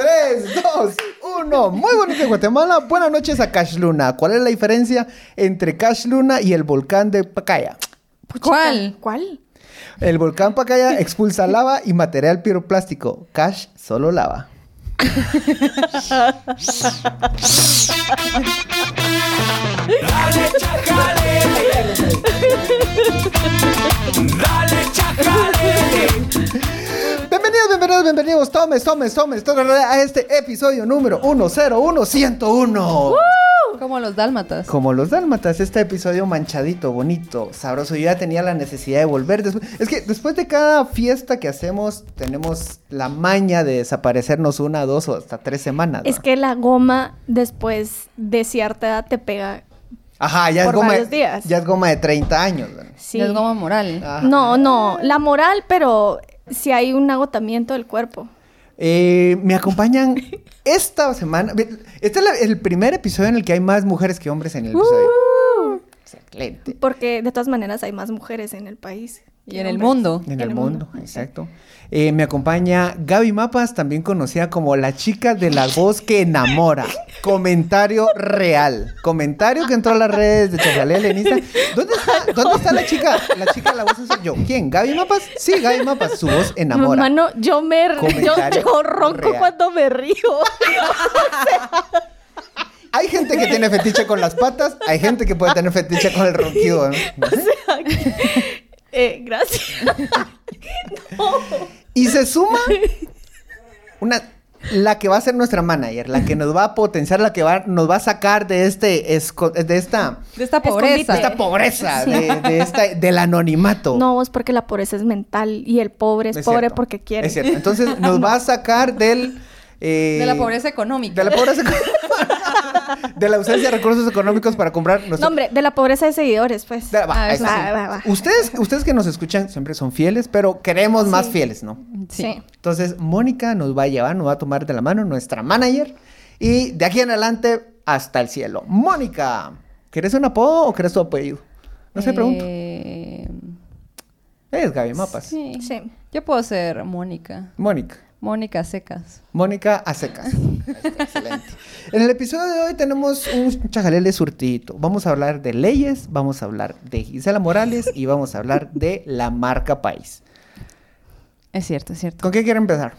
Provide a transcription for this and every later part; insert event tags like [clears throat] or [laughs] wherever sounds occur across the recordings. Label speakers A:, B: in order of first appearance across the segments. A: 3, 2, 1. Muy bonito de Guatemala. Buenas noches a Cash Luna. ¿Cuál es la diferencia entre Cash Luna y el volcán de Pacaya?
B: Puchica, Pues, ¿Cuál?
C: ¿Cuál?
A: El volcán Pacaya expulsa lava y material piroplástico. Cash solo lava.
D: Dale, chacale. Dale, chacale.
A: Bienvenidos, bienvenidos, bienvenidos. Tomes, tomes, tomes. tomes a este episodio número 101101.
B: Como los dálmatas.
A: Como los dálmatas, este episodio manchadito, bonito, sabroso. Yo ya tenía la necesidad de volver. Despu- es que después de cada fiesta que hacemos, tenemos la maña de desaparecernos una, dos o hasta tres semanas. ¿no?
C: Es que la goma después de cierta edad te pega.
A: Ajá, ya es
C: por
A: goma.
C: varios días.
A: Ya es goma de 30 años. ¿no?
C: Sí.
B: Es como moral.
A: Ajá.
C: No, no, la moral, pero si hay un agotamiento del cuerpo.
A: Eh, me
C: [laughs]
A: acompañan esta semana. Este es la- el primer episodio en el que hay más mujeres que hombres en el episodio.
C: Uh.
A: Excelente.
C: Porque de todas maneras hay más mujeres en el país.
B: Y
C: que
B: en el
C: hombres.
B: mundo.
A: En, el, mundo, exacto. Eh, me acompaña Gaby Mapas, también conocida como la chica de la voz que enamora. [laughs] Comentario real. Comentario que entró a las redes de Chacalel en Insta. ¿Dónde está, dónde está la chica? La chica de la voz soy yo. ¿Quién? ¿Gaby Mapas? Sí, Gaby Mapas. Su voz enamora.
C: Mano, yo me yo,
A: Comentario
C: yo ronco
A: real.
C: cuando me río. [laughs]
A: Hay gente que tiene fetiche con las patas, hay gente que puede tener fetiche con el ronquido. ¿no? No sé.
C: Eh, gracias.
A: Y se suma una la que va a ser nuestra manager, la que nos va a potenciar, la que va, nos va a sacar de este esco- de esta
B: De esta
C: Escondite.
B: pobreza.
A: de esta pobreza, de, de esta, del anonimato.
C: No, es porque la pobreza es mental y el pobre es,
A: Es
C: pobre
A: cierto,
C: porque quiere.
A: Es cierto.
C: [laughs]
A: Entonces nos va a sacar del eh,
B: De la pobreza económica.
A: de la pobreza [laughs] de la ausencia de recursos económicos para comprar nuestro
C: No, hombre, de la pobreza de seguidores, pues.
A: Da- va,
B: Ah, eso
A: eso sí.
C: sí. Va, va, va.
A: Ustedes, ustedes que nos escuchan siempre son fieles, pero queremos más fieles, ¿no?
B: Sí.
C: Sí.
A: Entonces, Mónica nos va a llevar, nos va a tomar de la mano nuestra manager y de aquí en adelante hasta el cielo. Mónica, ¿querés un apodo o querés tu apellido? No sé, pregunto.
B: Eh,
A: Es Gaby Mapas.
B: sí.
C: Sí.
B: Yo puedo ser Mónica.
A: Mónica.
B: Mónica Secas.
A: Mónica a secas. Ahí está, Excelente. En el episodio de hoy tenemos un chajalele surtidito. Vamos a hablar de leyes, vamos a hablar de Gisela Morales y vamos a hablar de la marca país.
B: Es cierto, es cierto.
A: ¿Con qué quieren empezar?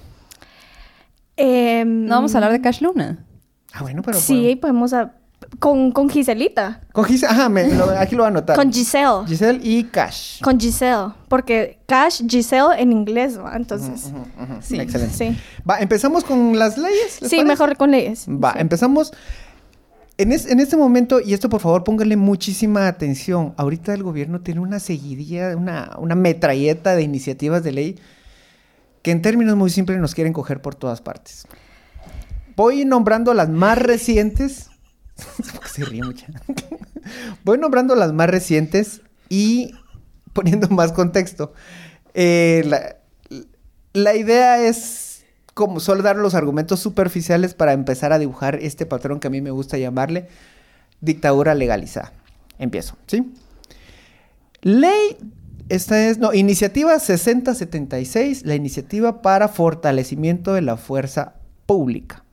C: Em,
B: No vamos a hablar de Cash Luna.
A: Ah, bueno, pero.
C: Sí, podemos. a- con, con Giselita.
A: Con Giselle, ajá, me- lo- aquí lo voy a anotar.
C: Con Giselle.
A: Giselle y Cash.
C: Con Giselle. Porque Cash, Giselle en inglés, ¿va? Entonces.
A: Ujú,
B: Sí.
A: Excelente.
C: Sí.
A: Va, empezamos con las leyes. ¿les
C: Sí,
A: parece?
C: mejor con leyes.
A: Va, empezamos. En, es- en este momento, y esto por favor pónganle muchísima atención, ahorita el gobierno tiene una seguidilla, una, una metralleta de iniciativas de ley que en términos muy simples nos quieren coger por todas partes. Voy nombrando las más recientes. [laughs] Se ríe mucha. Voy nombrando las más recientes y poniendo más contexto. Eh, la, la idea es como solo dar los argumentos superficiales para empezar a dibujar este patrón que a mí me gusta llamarle dictadura legalizada. Empiezo, ¿sí? Ley, esta es, no, iniciativa 6076, la iniciativa para fortalecimiento de la fuerza pública.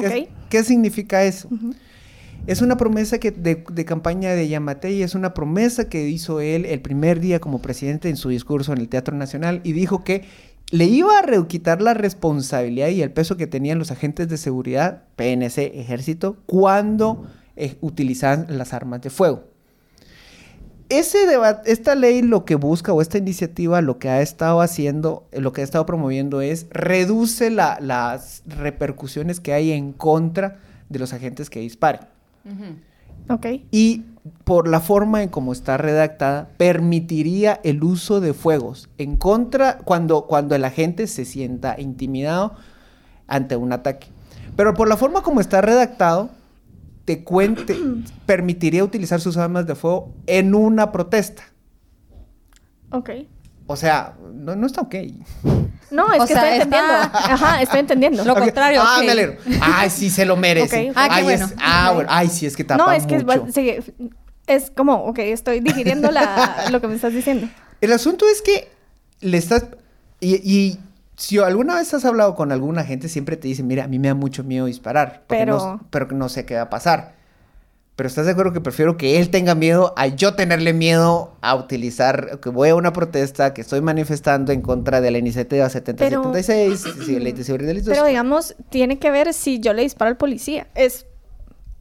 A: ¿Qué,
C: Ok.
A: qué significa eso? Es una promesa que de, de campaña de Yamate y es una promesa que hizo él el primer día como presidente en su discurso en el Teatro Nacional y dijo que le iba a requitar la responsabilidad y el peso que tenían los agentes de seguridad, PNC, Ejército, cuando eh, utilizaban las armas de fuego. Ese debate, esta ley lo que busca o esta iniciativa lo que ha estado haciendo, eh, lo que ha estado promoviendo es reduce la- las repercusiones que hay en contra de los agentes que disparen.
C: Ok.
A: Y por la forma en cómo está redactada, permitiría el uso de fuegos en contra cuando, cuando el agente se sienta intimidado ante un ataque. Pero por la forma como está redactado, te cuente, [clears throat] permitiría utilizar sus armas de fuego en una protesta.
C: Ok.
A: O sea, no, no está ok.
C: [laughs] No, es
B: O
C: que
B: sea,
C: estoy
B: está-
C: entendiendo. Ajá, estoy entendiendo.
B: Lo
A: Ok.
B: contrario,
A: Ah,
B: ok.
A: me alegro. Ay, sí, se lo merece.
C: Ok, ok.
B: Ah, qué
A: Ay, es-
B: bueno.
A: ah, bueno. Ay, sí, es que tapa
C: no, es que es,
A: mucho.
C: ba- sí, es como, ok,
A: [laughs]
C: estoy digiriendo la, lo que me estás diciendo.
A: El asunto es que le estás. Y, y si alguna vez has hablado con alguna gente, siempre te dicen, mira, a mí me da mucho miedo disparar, porque
C: Pero-
A: no, pero no sé qué va a pasar. Pero estás de acuerdo que prefiero que él tenga miedo a yo tenerle miedo a utilizar, que voy a una protesta, que estoy manifestando en contra de la iniciativa 7076, si- ley de ciberdelitos.
C: Pero digamos, tiene que ver si yo le disparo al policía. Es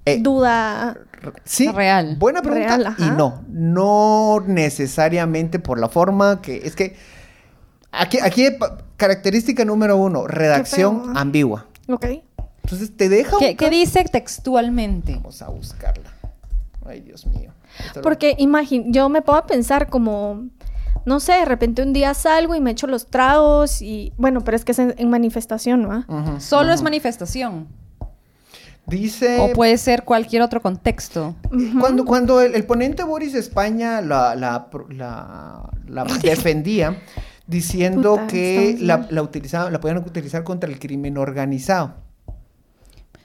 A: Eh,
C: duda.
A: Sí,
B: Real.
A: buena pregunta.
C: Real, ajá.
A: Y no, no necesariamente por la forma que es que aquí aquí pa- característica número uno,
C: Qué
A: redacción
C: feo.
A: ambigua.
C: Ok.
A: Entonces te deja. un
B: ¿Qué, qué
A: campo.
B: dice textualmente?
A: Vamos a buscarla. Ay, Dios mío. Esto lo-
C: Porque imagín, yo me puedo pensar como, no sé, de repente un día salgo y me echo los tragos y, bueno, pero es que es en, en manifestación, ¿no?
A: Ujú,
B: Solo es
A: ujú.
B: manifestación.
A: Dice.
B: o puede ser cualquier otro contexto.
A: Cuando, cuando el, el ponente Boris España la, la, pro- la- la
C: [laughs]
A: defendía diciendo
C: Puta,
A: que
C: estamos
A: la,
C: mal.
A: la utilizaban, la podían utilizar contra el crimen organizado.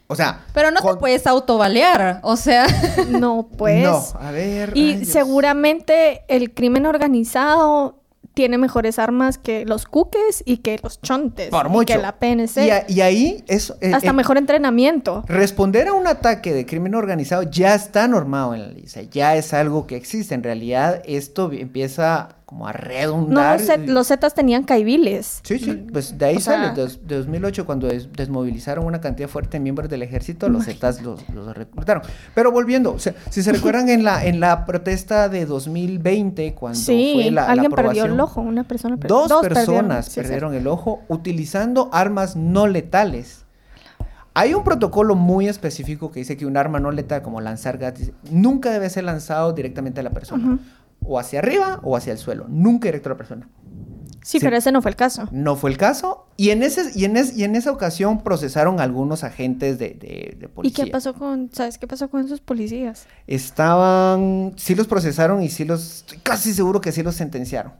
A: O sea.
B: Pero no
A: con-
B: te puedes autobalear. O sea,
C: No, pues.
A: Mm. No, a ver.
C: Y
A: ay, Dios.
C: seguramente el crimen organizado tiene mejores armas que los cuques y que los chontes.
A: Por
C: y
A: mucho.
C: que la PNC.
A: Y, a- y ahí es. eh,
C: Hasta
A: eh,
C: mejor entrenamiento.
A: Responder a un ataque de crimen organizado ya está normado en la ley, o sea, ya es algo que existe. En realidad, esto vi- empieza como a
C: No,
A: redundar.
C: los, zet- los zetas tenían caibiles.
A: eh, Sí, sí, pues de ahí
C: Mm. O
A: sale,
C: sea-
A: dos- de 2008, cuando des- desmovilizaron una cantidad fuerte de miembros del ejército, los Zetas los, los reclutaron. Pero volviendo, o sea, si se recuerdan en la, en la protesta de 2020, cuando
C: Sí,
A: fue la, la
C: alguien perdió el
A: aprobación,
C: ojo, una persona perdió
A: Dos, personas
C: sí,
A: perdieron el ojo utilizando armas no letales. Hay un protocolo muy específico que dice que un arma no letal, como lanzar gas, dice, nunca debe ser lanzado directamente a la persona. O hacia arriba o hacia el suelo. Nunca directo a la persona. Sí.
C: Sí, pero ese no fue el caso.
A: No fue el caso. Y en, ese, y en, es- y en esa ocasión procesaron algunos agentes de, de- de
C: ¿Y
A: policía.
C: qué pasó con, sabes qué pasó con esos policías?
A: Estaban. Sí los procesaron y sí los. Estoy casi seguro que sí los sentenciaron.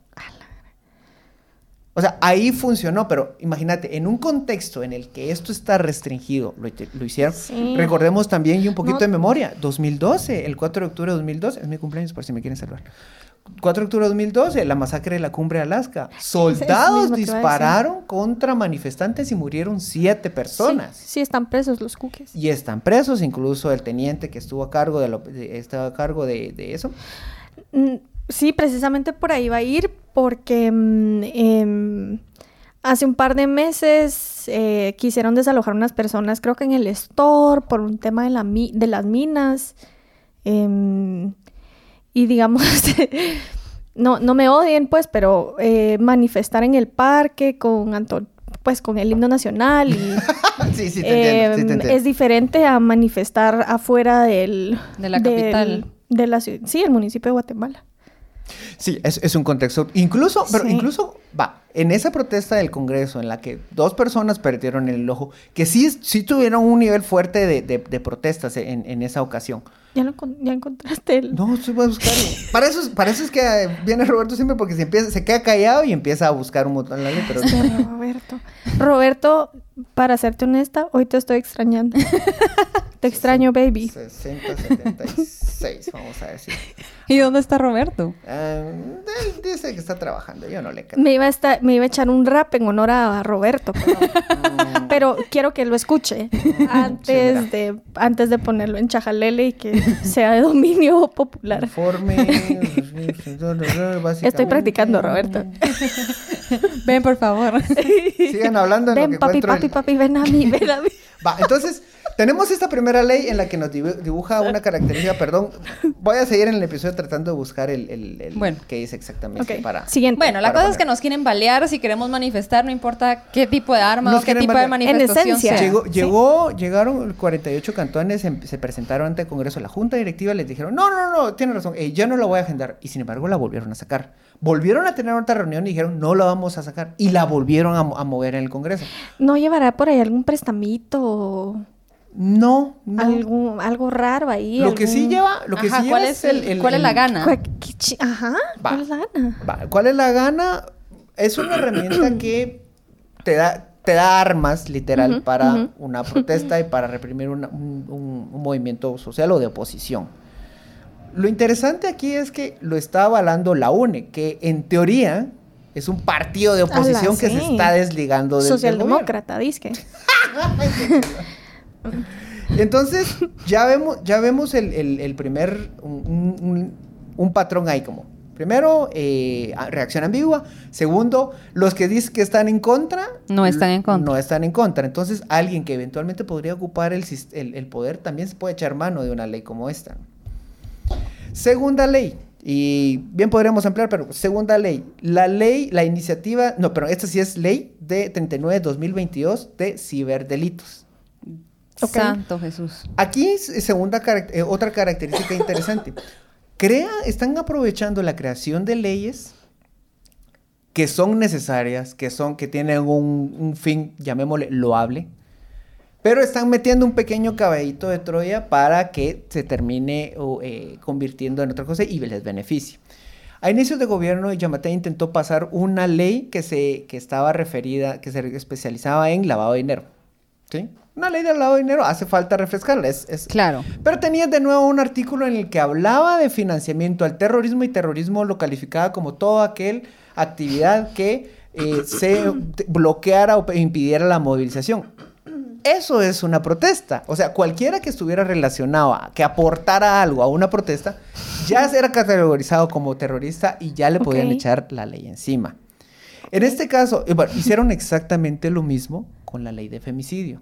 A: O sea, ahí funcionó, pero imagínate, en un contexto en el que esto está restringido, lo, hit- lo hicieron.
C: Sí.
A: Recordemos también, y un poquito
C: No.
A: de memoria, 2012, el 4 de octubre de 2012, es mi cumpleaños por si me quieren saludar. 4 de octubre de 2012, la masacre de la cumbre de Alaska. Soldados
C: mismo te iba a decir.
A: dispararon contra manifestantes y murieron siete personas.
C: Sí, sí están presos los cuques.
A: Y están presos, incluso el teniente que estuvo a cargo de, la- de- estaba a cargo de, de eso. [laughs]
C: Mm, Sí, precisamente por ahí va a ir porque mm, em, hace un par de meses eh, quisieron desalojar unas personas, creo que en el store, por un tema de, la mi- de las minas. em, y digamos, [laughs] no, no me odien pues, pero eh, manifestar en el parque con Anton, pues con el himno nacional y...
A: sí, sí, te entiendo. sí, te
C: Em,
A: entiendo.
C: es diferente a manifestar afuera del...
B: De la
C: del-
B: capital.
C: De la ciudad. Sí, el municipio de Guatemala.
A: Sí, es, es un contexto. Incluso, pero
C: Sí.
A: incluso, va, en esa protesta del Congreso en la que dos personas perdieron el ojo, que sí, es- sí tuvieron un nivel fuerte de, de- de protestas en, en esa ocasión.
C: Ya, lo encon- ya encontraste el...
A: No, sí voy a buscarlo. Para eso, es- para eso es que eh, viene Roberto siempre porque se, empieza, se queda callado y empieza a buscar un montón la ley, pero
C: Este Roberto. Roberto, para serte honesta, hoy te estoy extrañando. [laughs] te extraño, baby.
A: 60, 76, vamos a decir.
B: [laughs] ¿y dónde está Roberto?
A: Ah, él dice que está trabajando, yo no le creo.
C: Me iba, a estar- me iba a echar un rap en honor a, a Roberto, pero,
A: [laughs]
C: pero quiero que lo escuche antes,
A: Mm, mira.
C: de, antes de ponerlo en chajalele y que sea de dominio popular.
A: Informe.
C: Estoy
A: básicamente.
C: practicando, Roberto.
B: Ven, por [laughs] favor.
A: Sigan hablando en lo
C: Ven,
A: que
C: papi,
A: encuentro
C: papi,
A: el-
C: papi, ven a
A: [laughs]
C: mí, ven a mí.
A: Va, entonces, tenemos esta primera ley en la que nos dibu- dibuja una característica, perdón, voy a seguir en el episodio tratando de buscar el, el, el
B: Bueno.
A: que es exactamente
C: Ok,
A: para...
C: siguiente.
B: Bueno, la
A: Para
B: cosa es
A: poner.
B: que nos quieren balear si queremos manifestar, no importa qué tipo de arma
A: Nos
B: o qué
A: quieren
B: tipo de
A: balear.
C: En
B: manifestación
C: esencia.
B: sea.
A: Llegó, llegó, llegaron 48 cantones, em- se presentaron ante el Congreso, la Junta Directiva les dijeron, no, no, no, tiene razón, eh, ya no la voy a agendar. Y sin embargo la volvieron a sacar. Volvieron a tener otra reunión y dijeron, no la vamos a sacar. Y la volvieron a, mo- a mover en el Congreso.
C: ¿No llevará por ahí algún prestamito o
A: No, no.
C: algún, algo raro ahí?
A: Lo que sí
C: algún-
A: lleva, lo que
B: Ajá,
A: sí lleva
B: ¿cuál es, el- cuál es la gana?
C: Cua- qué chi- Ajá,
A: Va.
C: ¿cuál es la gana?
A: Va, ¿Cuál es la gana? Es una
C: [clears throat]
A: herramienta que te da, te da armas, literal, para una protesta y para reprimir una- un, un- un movimiento social o de oposición. Lo interesante aquí es que lo está avalando la UNE, que en teoría Es un partido de oposición
C: Ala,
A: que se
C: sí.
A: está desligando del- del gobierno.
C: Socialdemócrata, disque.
A: Entonces, ya vemos, ya vemos el, el- el primer, un, un- un- un patrón ahí como. Primero, eh, a- reacción ambigua. Segundo, los que dicen que están en contra.
B: No están en contra.
A: No están en contra. Entonces, alguien que eventualmente podría ocupar el, sis- el- el poder también se puede echar mano de una ley como esta. Segunda ley. Y bien podríamos ampliar, pero segunda ley. La ley, la iniciativa, no, pero esta sí es ley de 39-2022 de ciberdelitos.
C: Ok.
B: Santo Jesús.
A: Aquí s- segunda carac- eh, otra característica interesante. Crea, están aprovechando la creación de leyes que son necesarias, que son, que tienen un, un fin, llamémosle, loable, pero están metiendo un pequeño caballito de Troya para que se termine o, eh, convirtiendo en otra cosa y les beneficie. A inicios de gobierno, Yamate intentó pasar una ley que, se, que estaba referida, que se especializaba en lavado de dinero. ¿sí? Una ley de lavado de dinero, hace falta refrescarla. Es, es-
B: Claro.
A: Pero tenía de nuevo un artículo en el que hablaba de financiamiento al terrorismo y terrorismo lo calificaba como toda aquel actividad que eh, se te- bloqueara o impidiera la movilización. Eso es una protesta. O sea, cualquiera que estuviera relacionado, a, que aportara algo a una protesta, ya era categorizado como terrorista y ya le podían
C: Ok.
A: echar la ley encima. En este caso, eh, bueno, hicieron exactamente lo mismo con la ley de femicidio.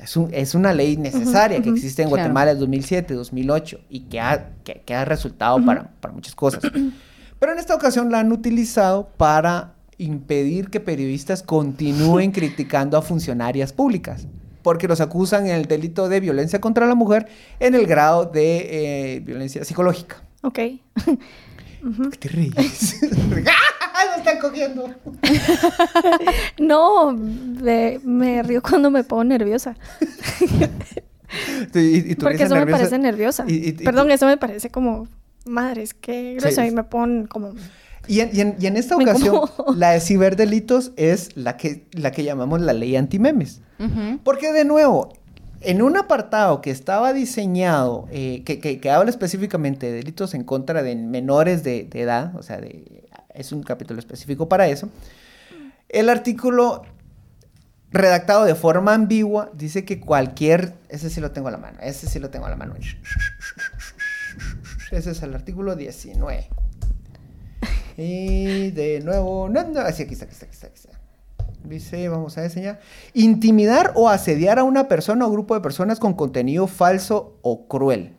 A: Es, un- es una ley necesaria que existe en
B: Claro.
A: Guatemala en 2007, 2008 y que ha, que, que ha resultado para, para muchas cosas. [clears throat] Pero en esta ocasión la han utilizado para impedir que periodistas [laughs] continúen criticando a funcionarias públicas, porque los acusan en el delito de violencia contra la mujer en el grado de eh, violencia psicológica.
C: Ok. [laughs]
A: ¿Por qué te [laughs] ríes? ¡Ah! ¡Lo están cogiendo!
C: No, me, me río cuando me pongo nerviosa.
A: Sí, y- y tú
C: Porque
A: dices
C: eso me
A: nerviosa.
C: parece nerviosa.
A: Y- y- y-
C: Perdón, eso me parece como, madres, qué grueso.
A: Sí.
C: Y me ponen como,
A: Y en, y en- y en esta
C: Me
A: ocasión,
C: como-
A: la de ciberdelitos es la que, la que llamamos la ley antimemes.
B: Ujú.
A: Porque de nuevo, en un apartado que estaba diseñado, eh, que, que- que habla específicamente de delitos en contra de menores de, de edad, o sea, de- es un capítulo específico para eso, el artículo redactado de forma ambigua dice que cualquier, ese sí lo tengo a la mano, ese sí lo tengo a la mano. Ese es el artículo 19. Y de nuevo, no, no, así aquí está, aquí está, aquí está, aquí está. Dice, vamos a enseñar. Intimidar o asediar a una persona o grupo de personas con contenido falso o cruel.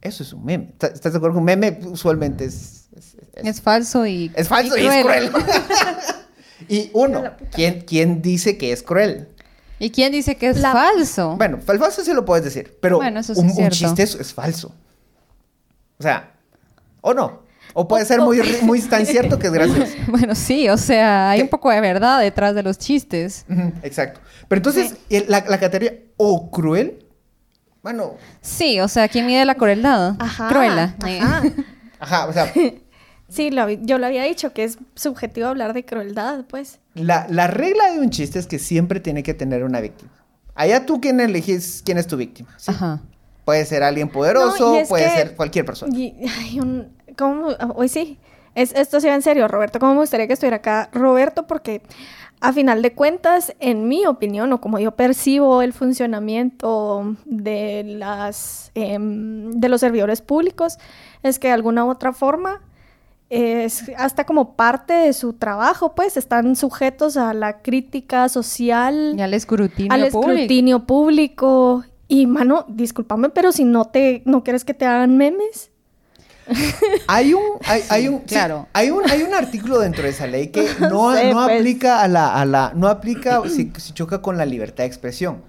A: Eso es un meme. ¿Estás estás de acuerdo que un meme usualmente es... es- es-
B: Es falso y.
A: Pues, es falso y, es cruel. [laughs] y uno, ¿quién, ¿quién dice que es cruel?
B: ¿Y quién dice que es
C: La-
B: falso?
A: Bueno, fal- falso sí lo puedes decir, pero
B: Bueno, eso sí
A: un,
B: es
A: un
B: cierto.
A: chiste es, es falso. O sea, o no. O puede ser muy, ri- muy tan cierto que es gracioso.
B: [laughs] Bueno, sí, o sea, hay
A: ¿Qué?
B: un poco de verdad detrás de los chistes.
A: Ujú, Exacto. Pero entonces, el- la, la categoría o cruel, bueno,
B: Sí, o sea, ¿quién mide la crueldad?
C: ajá.
B: Cruela. eh.
C: Ajá.
A: ajá, o sea,
C: Sí, lo hab- yo lo había dicho, que es subjetivo hablar de crueldad, pues.
A: la, la regla de un chiste es que siempre tiene que tener una víctima. Allá tú quién elegís quién es tu víctima. ¿sí?
B: Ajá.
A: Puede ser alguien poderoso,
C: No, y es
A: puede
C: que-
A: ser cualquier persona.
C: Y, ay, un- ¿cómo? Hoy sí. Es, esto sí va en serio, Roberto. ¿Cómo me gustaría que estuviera acá Roberto? Porque a final de cuentas, en mi opinión, o como yo percibo el funcionamiento de, las, em, de los servidores públicos, es que de alguna u otra forma, es hasta como parte de su trabajo, pues están sujetos a la crítica social
B: Y al escrutinio
C: al
B: público.
C: escrutinio público. Y mano, discúlpame, pero si no te no quieres que te hagan memes,
A: Hay un, hay, hay un, sí,
B: claro.
A: hay un, hay un artículo dentro de esa ley que no,
C: [laughs] No sé,
A: no
C: pues.
A: aplica a la, a la, no aplica si, si choca con la libertad de expresión.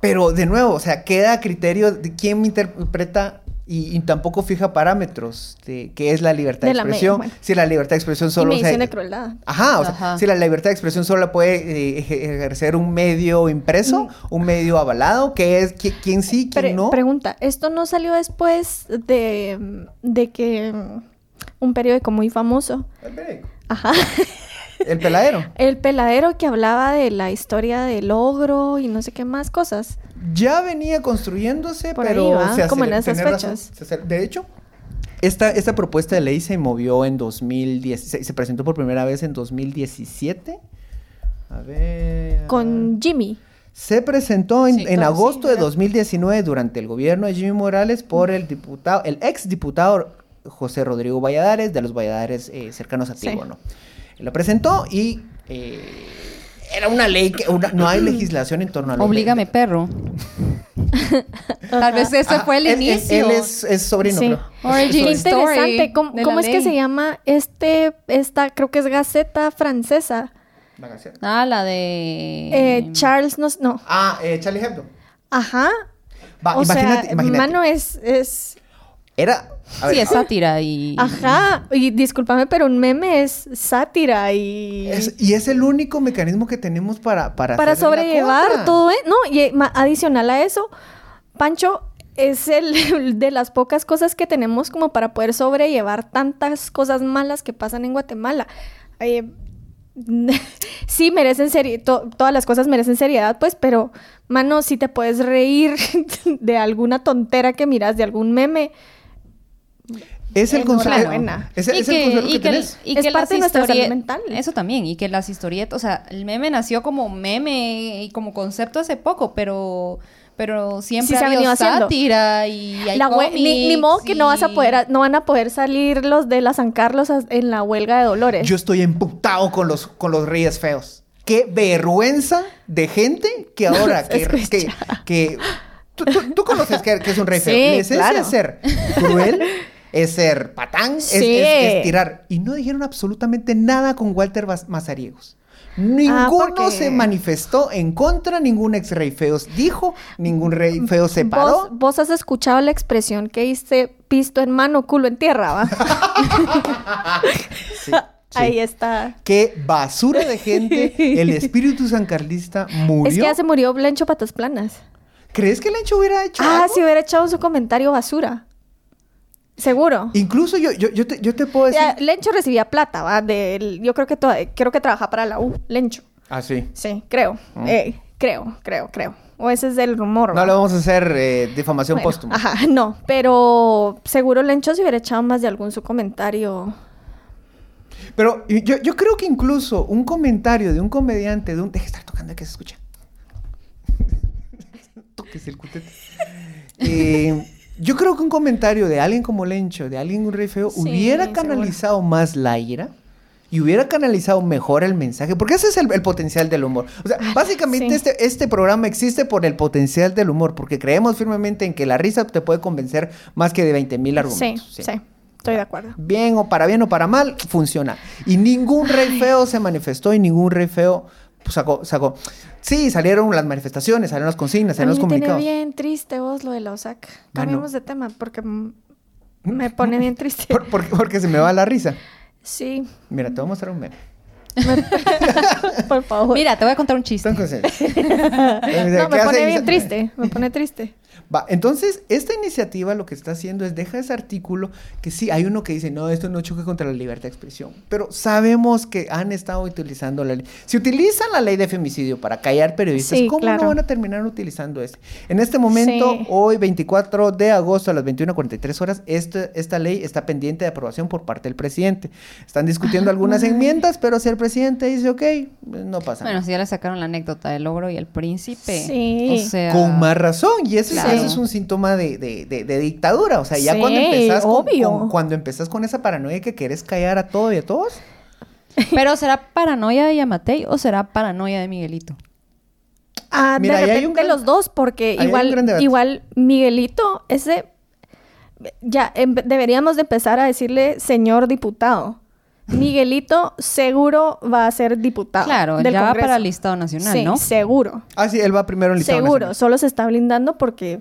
A: Pero de nuevo, o sea, queda a criterio de quién interpreta y, y tampoco fija parámetros de qué es la libertad de,
C: De la me-
A: expresión.
C: bueno.
A: Si la libertad de expresión
C: y
A: solo
C: me
A: se-
C: dicen de crueldad.
A: Ajá, o sea,
B: Ajá.
A: si la libertad de expresión solo la puede eh, ej- ejercer un medio impreso, un medio avalado, que es qui- quién sí, quién
C: Mm. Pre-
A: no.
C: Pregunta, ¿esto no salió después de, de que mm, un periódico muy famoso,
A: El periódico.
C: ajá, [laughs]
A: El peladero.
C: El Peladero que hablaba de la historia del ogro y no sé qué más cosas?
A: Ya venía construyéndose,
C: Por ahí
A: pero
C: va,
A: se aceleró-
C: como en esas
A: tenés razón,
C: fechas.
A: se aceleró. de hecho, Esta, esta propuesta de ley se movió en 2016, se presentó por primera vez en 2017. A ver.
C: Con Jimmy.
A: Se presentó en,
B: Sí,
A: en
B: con-
A: agosto
B: sí,
A: de 2019 durante el gobierno de Jimmy Morales por el diputado, el ex diputado José Rodrigo Valladares, de los Valladares eh, cercanos a
C: Sí.
A: Tígono. La presentó y eh, era una ley que una- no hay legislación en torno a la [laughs]
B: Oblígame, perro. Tal vez ese Este fue el inicio.
A: Ah,
B: Este-
A: Él, es, es sobrino,
C: Sí.
A: creo.
B: Origin
C: Qué
B: story
C: interesante. ¿Cómo,
B: de la
C: cómo es que
B: ley.
C: se llama este, esta, creo que es Gaceta Francesa?
A: La Gaceta.
B: Ah, la de. em,
C: Eh, Charles, no, no.
A: Ah, eh, Charlie Hebdo.
C: Ajá.
A: Va,
C: o
A: imagínate,
C: sea,
A: imagínate.
C: mano es, es,
A: Era. a ver,
B: sí, es sátira y.
C: ajá, y discúlpame, pero un meme es sátira y...
A: es- y es el único mecanismo que tenemos para para,
C: para
A: hacer la
C: sobrellevar
A: cosa.
C: todo, ¿eh? No, y eh, ma- adicional a eso, Pancho es el [laughs] de las pocas cosas que tenemos como para poder sobrellevar tantas cosas malas que pasan en Guatemala. Eh, [laughs] sí, merecen seriedad, todas las cosas merecen seriedad, pues, pero, mano, si te puedes reír [laughs] de alguna tontera que miras, de algún meme,
A: Es el consuelo.
C: Enhorabuena.
A: Es, el- es el consuelo que,
B: y que,
A: tenés.
B: y
C: Es
B: que
C: parte de
B: las
C: nuestra salud
B: historie-
C: mental.
B: Eso también, y que las historietas, o sea, el meme nació como meme y como concepto hace poco, pero pero siempre
C: Sí se
B: ha
C: ha
B: habido
C: venido haciendo.
B: sátira y hay
C: la hue- ni, ni modo que no vas a
B: cómics y-
C: poder, a- no van a poder salir los de la San Carlos a- en la huelga de Dolores.
A: Yo estoy emputado con los, con los reyes feos. Qué vergüenza de gente que ahora que,
C: escucha.
A: que, que- tú, tú- tú conoces que, que es un rey feo.
C: Sí,
A: La esencia
C: claro.
A: es ser cruel, es ser patán, es,
C: Sí.
A: es- es tirar. Y no dijeron absolutamente nada con Walter Bas- Mazariegos. Ninguno
C: Ah, porque-
A: se manifestó en contra, ningún ex rey feos dijo, ningún rey feo se paró.
C: Vos, vos has escuchado la expresión que dice pisto en mano, culo en tierra, ¿va?
A: [laughs] Sí, sí.
C: Ahí está.
A: Qué basura de
C: [laughs]
A: gente. El espíritu sancarlista murió.
C: Es que ya se murió Blancho Patas Planas.
A: ¿Crees que Lencho hubiera hecho
C: Ah,
A: algo?
C: si hubiera echado su comentario basura. Seguro.
A: Incluso yo, yo, yo, te, yo te puedo decir.
C: Ya, Lencho recibía plata, ¿va? Del- yo creo que toda- creo que trabaja para la U, Lencho.
A: Ah, sí.
C: Sí, creo. Eh, creo, creo, creo. O ese es el rumor.
A: Mm. No
C: ¿va?
A: le vamos a hacer eh, difamación
C: Bueno,
A: póstuma.
C: Ajá, [laughs] no. Pero seguro Lencho se hubiera echado más de algún su comentario.
A: Pero yo, yo creo que incluso un comentario de un comediante, de un. Deja de estar tocando, que se escucha. [laughs] Toques el cutete. Eh, yo creo que un comentario de alguien como Lencho, de alguien un rey feo,
C: Sí,
A: hubiera
C: seguro.
A: canalizado más la ira. Y hubiera canalizado mejor el mensaje, porque ese es el, el potencial del humor. O sea, básicamente
C: sí.
A: este, este programa existe por el potencial del humor, porque creemos firmemente en que la risa te puede convencer más que de 20 mil
C: Sí,
A: argumentos.
C: sí, Estoy de acuerdo.
A: bien o para bien o para mal, funciona. Y ningún rey feo se manifestó y ningún rey feo pues, sacó, sacó. Sí, salieron las manifestaciones, salieron las consignas,
C: A mí
A: salieron los
C: me tiene
A: comunicados.
C: bien triste vos lo de la OSAC. Cambiemos de tema
A: [laughs]
C: porque mm,
A: Mm.
C: me pone bien triste.
A: Por- por- porque se me va la risa.
C: Sí,
A: Mira, te voy a mostrar un meme.
C: por favor.
A: [laughs] Eh,
B: Mira, te voy a contar un chiste.
C: [laughs]
A: Entonces, eh,
C: no, me
A: ¿qué hace
C: pone bien
A: Isa-
C: triste, me pone triste.
A: Va, entonces, esta iniciativa lo que está haciendo es deja ese artículo que sí, hay uno que dice, no, esto no choca contra la libertad de expresión, pero sabemos que han estado utilizando la ley. Si utilizan la ley de femicidio para callar periodistas,
C: Sí,
A: ¿cómo no
C: claro.
A: van a terminar utilizando este? En este momento,
C: Sí.
A: hoy 24 de agosto a las 21.43 horas, este- esta ley está pendiente de aprobación por parte del presidente. Están
C: Ah,
A: discutiendo algunas enmiendas, pero si el presidente dice, ok, no pasa nada.
B: Bueno, si ya le sacaron la anécdota del ogro y el príncipe.
C: Sí.
B: O sea,
A: Con más razón, y eso, es-
B: Claro.
A: eso es un síntoma de, de- de- de dictadura. O sea, ya cuando
C: Sí,
A: empezás con,
C: obvio.
A: con- cuando empezás con esa paranoia de que querés callar a todo y a todos.
B: Pero ¿será paranoia de Yamatei o será paranoia de Miguelito?
C: Ah,
A: Mira, ahí
C: de
A: hay
C: repente
A: un gran-
C: los dos, porque
A: ahí hay un gran
C: igual,
A: debate.
C: igual Miguelito, ese ya em- deberíamos de empezar a decirle señor diputado. Miguelito seguro va a ser diputado.
B: Claro,
C: del
B: ya va
C: Congreso.
B: para el listado nacional,
C: Sí,
B: ¿no?
C: seguro.
A: Ah, sí, él va primero en el listado
C: Seguro,
A: nacional.
C: solo se está blindando porque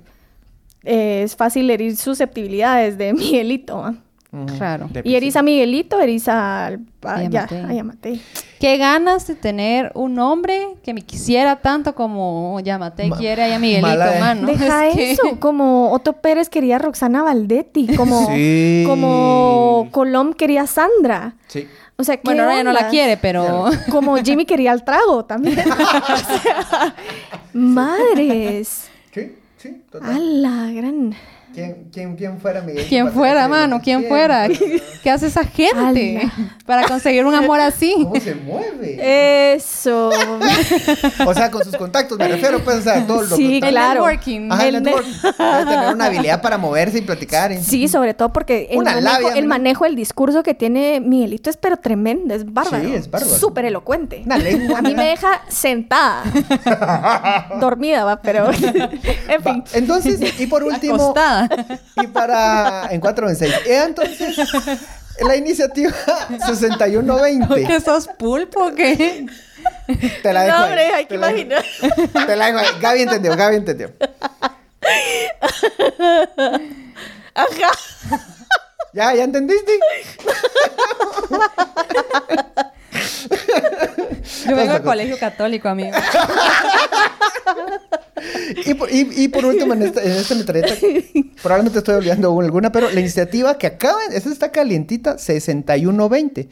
C: eh, es fácil herir susceptibilidades de Miguelito. ¿va?
A: Ujú.
B: Claro.
A: De
C: Y eriza a Miguelito, eriza al... a-
B: Y a
C: ya,
B: Matei.
C: ay, a Matei.
B: Qué ganas de tener un hombre que me quisiera tanto como Yamate
A: Ma-
B: quiere ahí a Miguelito,
A: mala ¿eh? de-
B: mano.
C: Deja
B: Es que-
C: eso, como Otto Pérez quería a Roxana Valdetti, como,
A: Sí.
C: como Colom quería a Sandra.
A: Sí.
C: O sea, ¿qué
B: [laughs] Bueno, ahora ya no la
C: ondas?
B: quiere, pero...
C: Como Jimmy quería al trago también. [laughs] O sea, madres.
A: Sí, sí,
C: A la gran.
A: ¿Quién, quién, quién fuera Miguel?
B: [laughs] ¿Quién
A: Patricio?
B: fuera, mano? ¿Quién
A: [laughs]
B: fuera? ¿Qué hace esa gente para conseguir un amor así?
A: ¿Cómo se mueve?
C: Eh. Eso.
A: O sea, con sus contactos, me refiero, pues, o sea, todo lo
C: Sí,
A: todo-
C: Claro.
B: El networking.
A: Ajá, el
C: el
A: network. Debe tener una habilidad para moverse y platicar. ¿eh?
C: Sí, sobre todo porque el,
A: Una
C: manejo,
A: labia,
C: el
A: ¿no?
C: manejo del discurso que tiene Miguelito es pero tremendo, es bárbaro.
A: Sí, es bárbaro.
C: Súper elocuente.
A: Una lengua.
C: A mí me deja
A: [laughs]
C: sentada. Dormida, va, pero. en
A: Va,
C: fin.
A: Entonces,
B: [laughs]
A: y [laughs] por último, [laughs]
B: Acostada.
A: y para en 4 o en 6. Entonces, la iniciativa 6120.
B: ¿Qué sos pulpo? ¿Qué?
A: Te la dejo.
C: No,
A: ahí,
C: hombre, hay
A: te
C: que
A: la dejo-
C: imaginar.
A: Te la dejo. ahí. Gaby entendió, Gaby entendió.
C: Ajá.
A: Ya, ya entendiste.
B: Yo vengo
A: Hasta
B: al
A: con-
B: colegio católico, amigo.
A: Y por, y- y por último, en esta, en esta metralleta,
C: [laughs]
A: probablemente estoy olvidando una- alguna, pero la iniciativa que acaba, esta está calientita, 6120,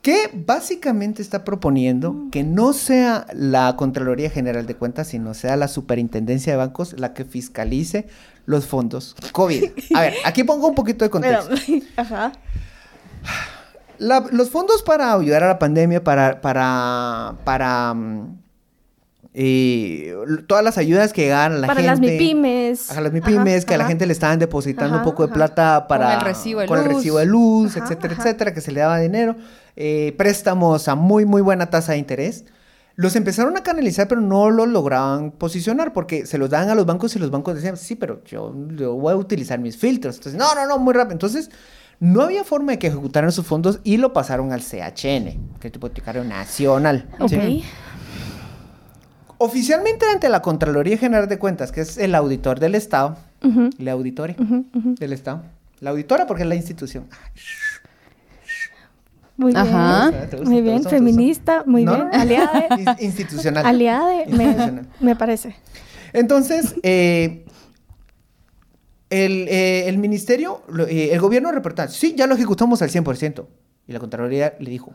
A: que básicamente está
C: Mm.
A: proponiendo que no sea la Contraloría General de Cuentas, sino sea la Superintendencia de Bancos la que fiscalice los fondos COVID. A ver, aquí pongo un poquito de
C: Pero,
A: contexto.
C: ajá.
A: La- los fondos para ayudar a la pandemia, para, para, para mm, eh, todas las ayudas que llegaban a la
C: Para
A: gente.
C: las MIPIMES.
A: A las MIPIMES, que a la
C: ajá.
A: gente le estaban depositando
C: Ajá,
A: un poco de
C: ajá.
A: plata para...
B: Con el recibo de
A: con el
B: luz.
A: recibo de luz,
C: Ajá,
A: etcétera,
C: ajá.
A: etcétera, que se le daba dinero. eh, préstamos a muy, muy buena tasa de interés. Los empezaron a canalizar, pero no los lograban posicionar porque se los daban a los bancos y los bancos decían, sí, pero yo, yo voy a utilizar mis filtros. Entonces, no, no, no, muy rápido. Entonces, no había forma de que ejecutaran sus fondos y lo pasaron al CHN, que es Hipotecario Nacional.
C: Ok.
A: ¿sí? Oficialmente ante la Contraloría General de Cuentas, que es el auditor del Estado,
C: Ujú,
A: la auditoria
C: ujú, ujú.
A: del Estado. La auditora porque es la institución. Ah,
C: Muy bien.
B: Ajá.
A: ¿Te gusta?
C: Ah, Muy
A: ¿Te gusta? ¿Te
C: bien.
A: gusta?
C: Feminista. Muy
A: No,
C: bien.
A: no.
C: Aliada.
A: [laughs]
C: de-
A: In- institucional. [laughs]
C: Aliada. de- Me,
A: Institucional.
C: me parece.
A: Entonces, eh, el, eh, el ministerio, lo- eh, el gobierno reporta, sí, ya lo ejecutamos al 100%. Y la Contraloría le dijo,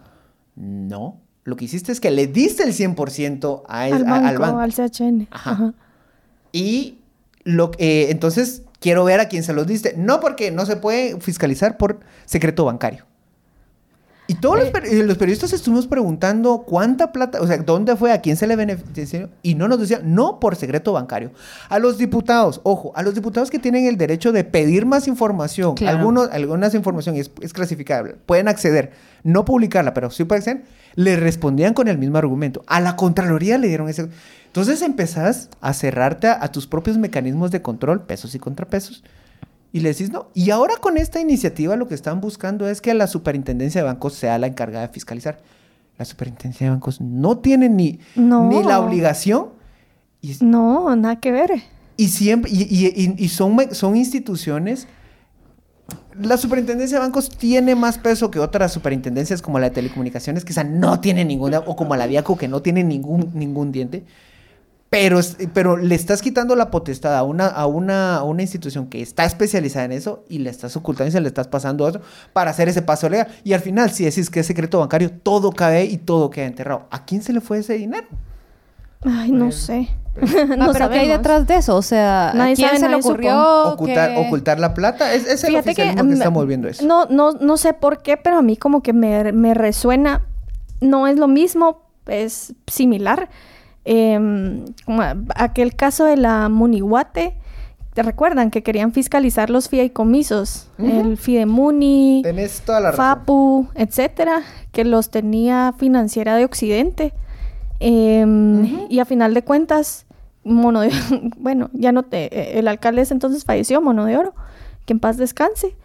A: no, lo que hiciste es que le diste el 100% a, es-
C: al
A: a-
C: banco,
A: al banco.
C: al CHN.
A: Ajá.
C: Ajá.
A: Y lo, eh, entonces quiero ver a quién se los diste. No porque no se puede fiscalizar por secreto bancario. Y todos los, per- eh, los periodistas estuvimos preguntando cuánta plata, o sea, dónde fue, a quién se le benefició. Y no nos decían, no por secreto bancario. A los diputados, ojo, a los diputados que tienen el derecho de pedir más información,
B: Claro.
A: algunos, algunas información es, es clasificable, pueden acceder, no publicarla, pero sí pueden acceder, le respondían con el mismo argumento. A la Contraloría le dieron ese. Entonces empezás a cerrarte a, a tus propios mecanismos de control, pesos y contrapesos. Y le decís no. Y ahora con esta iniciativa lo que están buscando es que la superintendencia de bancos sea la encargada de fiscalizar. La superintendencia de bancos no tiene ni,
C: No.
A: ni la obligación y,
C: No, nada que ver.
A: y siempre y, y- y- y son, me- son instituciones. La superintendencia de bancos tiene más peso que otras superintendencias como la de telecomunicaciones, que esa no tiene ninguna, o como la Viaco, que no tiene ningún, ningún diente. Pero, es- pero le estás quitando la potestad a una, a, una, a una institución que está especializada en eso y le estás ocultando y se le estás pasando a otro para hacer ese paso legal. Y al final, si decís que es secreto bancario, todo cae y todo queda enterrado. ¿A quién se le fue ese dinero?
C: Ay, no sé.
B: Ah, pero
C: [laughs] no
B: ¿qué hay
C: sabemos.
B: detrás de eso? O sea, ¿a
C: Nadie
B: quién
C: sabe,
B: se le
C: nadie
B: ocurrió?
A: ocultar,
B: que-
A: ocultar la plata. Es, es el
C: Fíjate que,
A: oficialismo que,
C: mm,
A: está moviendo eso.
C: No, no, no sé por qué, pero a mí como que me, me resuena. No es lo mismo, es similar. Em, como a- aquel caso de la Munihuate. ¿Te recuerdan que querían fiscalizar los fideicomisos? El Fidemuni,
A: Tenés toda la razón.
C: FAPU, etcétera, que los tenía financiera de Occidente. Em, Y a final de cuentas, Mono de [laughs] bueno, ya no te, eh, el alcalde ese entonces falleció, Mono de Oro, que en paz descanse.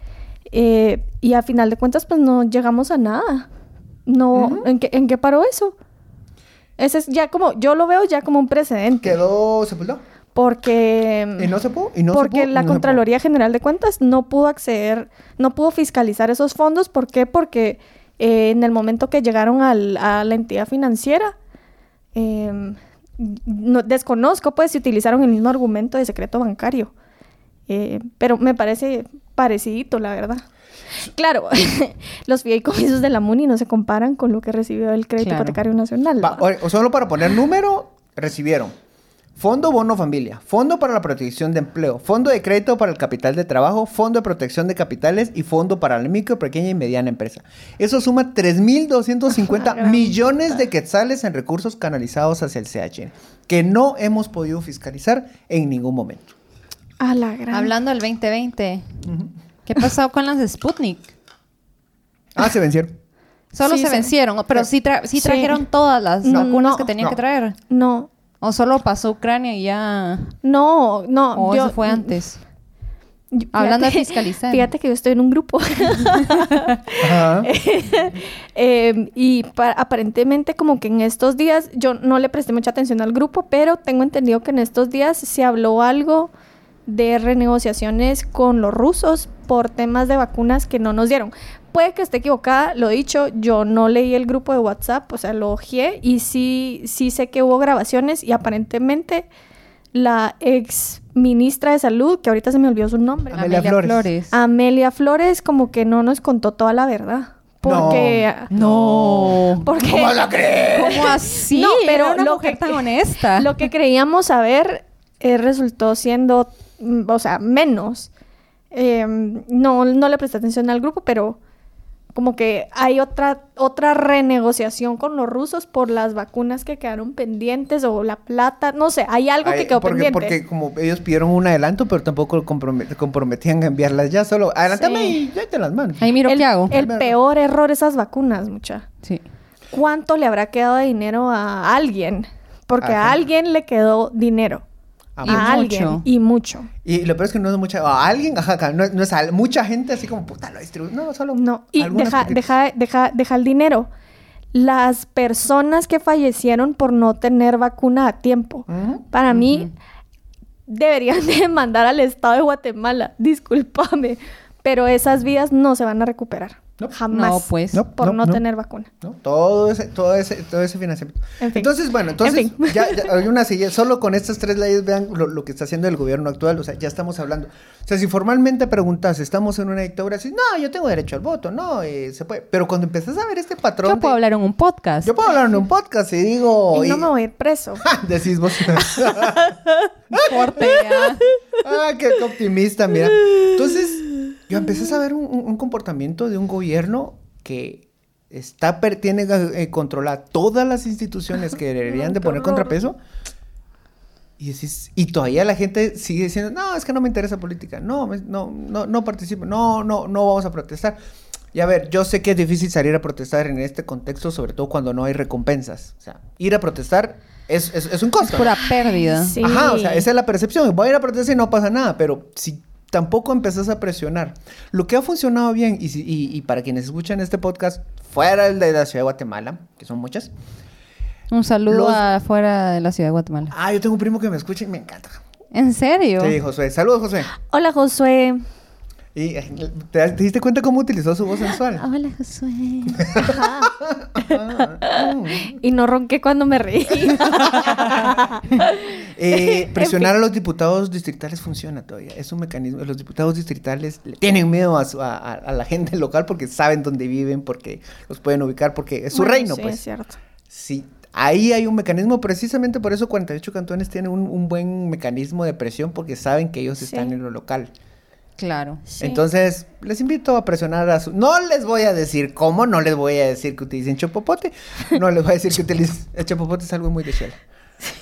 C: Eh, y a final de cuentas, pues no llegamos a nada. No, ¿en, qué, ¿En qué paró eso? Ese es ya como, yo lo veo ya como un precedente.
A: Quedó sepultado.
C: Porque. em,
A: Y no se pudo. Y no se
C: porque
A: pudo, y
C: la
A: no se pudo.
C: Contraloría General de Cuentas no pudo acceder, no pudo fiscalizar esos fondos. ¿Por qué? Porque eh, en el momento que llegaron al- a la entidad financiera, eh, no- desconozco pues si utilizaron el mismo argumento de secreto bancario. Eh, pero me parece parecidito, la verdad. Claro, [laughs] los fideicomisos de la MUNI no se comparan con lo que recibió el Crédito
B: Claro.
C: Hipotecario Nacional.
A: Va,
C: ¿va?
A: o- o solo para poner número, recibieron Fondo Bono Familia, Fondo para la Protección de Empleo, Fondo de Crédito para el Capital de Trabajo, Fondo de Protección de Capitales y Fondo para la Micro, Pequeña y Mediana Empresa. Eso suma 3.250 millones de quetzales en recursos canalizados hacia el CHN, que no hemos podido fiscalizar en ningún momento.
C: A la gran.
B: Hablando del 2020, ¿qué pasó con las Sputnik?
A: Ah, se vencieron.
B: Solo
C: Sí,
B: se
C: se-
B: vencieron, pero sí, tra- sí
C: Sí.
B: trajeron todas las
C: No,
B: vacunas
C: no.
B: que tenían
A: No.
B: que traer.
C: No,
B: O solo pasó Ucrania y ya.
C: no, no.
B: O
C: yo-
B: Oh, eso fue antes.
C: yo-
B: Hablando
C: [laughs]
B: de fiscalizar.
C: Fíjate que yo estoy en un grupo. [laughs]
A: Ajá.
C: Eh, y pa- aparentemente como que en estos días, yo no le presté mucha atención al grupo, pero tengo entendido que en estos días se habló algo de renegociaciones con los rusos por temas de vacunas que no nos dieron. Puede que esté equivocada, lo dicho, yo no leí el grupo de WhatsApp, o sea, lo ojeé y sí, sí sé que hubo grabaciones y aparentemente la ex ministra de salud, que ahorita se me olvidó su nombre,
A: Amelia Flores.
B: Ah,
C: Amelia Flores como que no nos contó toda la verdad. Porque...
B: No.
C: Porque
A: ¿Cómo la crees?
B: ¿Cómo así?
C: [laughs] No, pero
B: Era una
C: [laughs] lo
B: mujer
C: que-
B: tan honesta.
C: lo que creíamos saber eh, resultó siendo, mm, o sea, menos. Eh, no, no le presté atención al grupo, pero como que hay otra, otra renegociación con los rusos por las vacunas que quedaron pendientes o la plata, no sé, hay algo
A: Ay,
C: que quedó
A: porque,
C: pendiente.
A: Porque como ellos pidieron un adelanto, pero tampoco compromet- comprometían a enviarlas ya, solo adelántame
C: Sí.
A: y ya te las mando.
B: Ahí miro
C: el,
B: qué hago.
C: el peor error esas vacunas, mucha.
B: Sí.
C: ¿Cuánto le habrá quedado de dinero a alguien? Porque a
A: Ajá.
C: alguien le quedó dinero.
A: Ah,
B: Y mucho.
C: a alguien. Y mucho.
A: Y lo peor es que no es mucha, a alguien, ajá, ajá, no, es- no es al- mucha gente así como, puta, lo distribuye. No, solo
C: No, y
A: algunas
C: deja,
A: poquitas.
C: deja, deja, deja el dinero. Las personas que fallecieron por no tener vacuna a tiempo,
A: Ujú.
C: para mí, deberían [laughs] de mandar al Estado de Guatemala. Discúlpame, pero esas vidas no se van a recuperar.
A: No.
C: Jamás.
B: No, pues.
A: No,
C: por no,
A: no.
C: tener vacuna.
A: ¿no? Todo ese, todo ese, todo ese financiamiento.
C: En fin.
A: Entonces, bueno, entonces
C: En fin.
A: ya, ya hay
C: [laughs]
A: una serie, solo con estas tres leyes vean lo, lo que está haciendo el gobierno actual, o sea, ya estamos hablando. O sea, si formalmente preguntas, estamos en una dictadura, así, no, yo tengo derecho al voto, no, eh, se puede. Pero cuando empezás a ver este patrón,
B: Yo puedo
A: de-
B: hablar en un podcast.
A: yo puedo hablar en un podcast y digo,
C: Y no
A: y-
C: me voy a ir preso.
A: [laughs] decís
C: [laughs]
A: vos.
B: Corte, ya.
A: ah, qué optimista, mira. Entonces, yo empecé a ver un, un- un comportamiento de un gobierno que está per- tiene eh, controlada todas las instituciones que deberían de
C: qué
A: poner
C: horror.
A: contrapeso. Y, decís- y todavía la gente sigue diciendo, no, es que no me interesa política, no, me- no, no, no participo, no, no, no vamos a protestar. Y a ver, yo sé que es difícil salir a protestar en este contexto, sobre todo cuando no hay recompensas. O sea, ir a protestar es, es- es un costo.
B: Pura pérdida.
C: Sí.
A: Ajá, o sea, esa es la percepción. Voy a ir a protestar y no pasa nada, pero si tampoco empezás a presionar. Lo que ha funcionado bien, y, si- y- y para quienes escuchan este podcast fuera del de la ciudad de Guatemala, que son muchas,
B: Un saludo
A: Los-
B: afuera de la ciudad de Guatemala.
A: ah, yo tengo un primo que me escucha y me encanta.
B: ¿En serio?
A: Sí, José. Saludos, José.
C: Hola, Josué.
A: Y eh, ¿te, te diste cuenta cómo utilizó su voz
C: [laughs]
A: sensual.
B: Hola, Josué.
A: Ah, mm.
C: Y no ronqué cuando me reí. [laughs]
A: Eh, presionar a los diputados distritales funciona todavía. Es un mecanismo. Los diputados distritales le tienen miedo a, su- a- a- a la gente local porque saben dónde viven, porque los pueden ubicar, porque [laughs] es su
C: Bueno,
A: reino,
C: sí,
A: pues.
C: es cierto.
A: Sí, ahí hay un mecanismo, precisamente por eso 48 cantones tienen un, un buen mecanismo de presión porque saben que ellos
C: Sí.
A: están en lo local.
B: Claro.
C: Sí.
A: Entonces, les invito a presionar a su... No les voy a decir cómo, no les voy a decir que utilicen chopopote, no les voy a decir que utilicen... El chopopote es algo muy de Shell.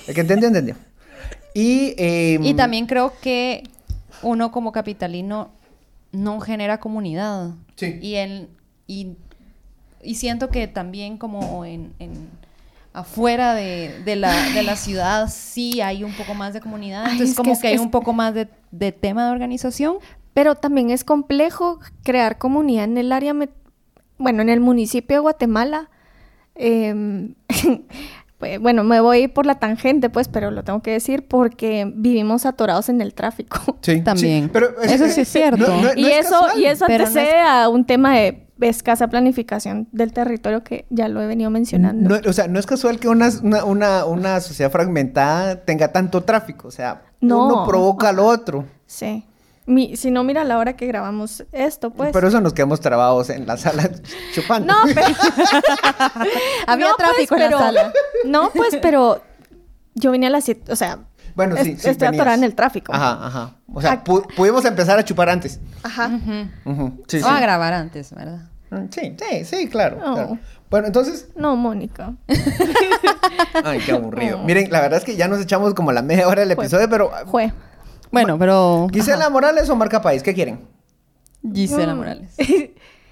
A: El que entendió, entendió. Y, eh,
B: Y también creo que uno como capitalino no genera comunidad.
A: Sí.
B: Y, en- y, y siento que también como en, en- afuera de, de la, de la ciudad sí hay un poco más de comunidad.
C: Ay,
B: Entonces
C: es que
B: como que,
C: es-
B: hay
C: es-
B: un poco más de, de tema de organización.
C: [laughs] Pero también es complejo crear comunidad en el área, met- bueno, en el municipio de Guatemala. Em, [laughs] pues, bueno, me voy por la tangente, pues, pero lo tengo que decir porque vivimos atorados en el tráfico. [laughs]
A: Sí,
B: También.
A: pero
B: Eso sí es cierto. No
C: y,
A: es
C: eso,
A: casual.
C: y eso
B: pero no es-
C: antecede a un tema de escasa planificación del territorio que ya lo he venido mencionando.
A: No, o sea, no es casual que una, una, una, una sociedad fragmentada tenga tanto tráfico. O sea,
C: No.
A: uno provoca al otro.
C: Sí. Mi- si no, mira la hora que grabamos esto, pues.
A: Pero eso nos quedamos trabados en la sala [laughs] chupando.
C: No, pero...
B: Había
C: No, pues,
B: tráfico en la
C: [laughs] pero-
B: sala.
C: No, pues, pero yo vine a las 7, o sea,
A: [laughs] Bueno, sí,
C: Es-
A: sí,
C: estoy atorada
A: venías.
C: en el tráfico.
A: Ajá, ajá. O sea,
C: Ah.
A: pu- pudimos empezar a chupar antes.
C: Ajá.
B: Ujú.
A: Ujú, Sí, sí.
B: O a grabar antes, ¿verdad?
A: Mm, Sí, sí, sí, claro,
C: Oh.
A: claro. Bueno, entonces.
B: [laughs]
C: No, Mónica.
A: [laughs] Ay, qué aburrido. [laughs]
C: Oh.
A: Miren, la verdad es que ya nos echamos como la media hora del
C: Jue-
A: episodio, pero. ah,
C: Jue.
B: Bueno, pero...
A: ¿Gisela Morales o Marca País? ¿Qué quieren?
B: Gisela
C: Mm.
B: Morales.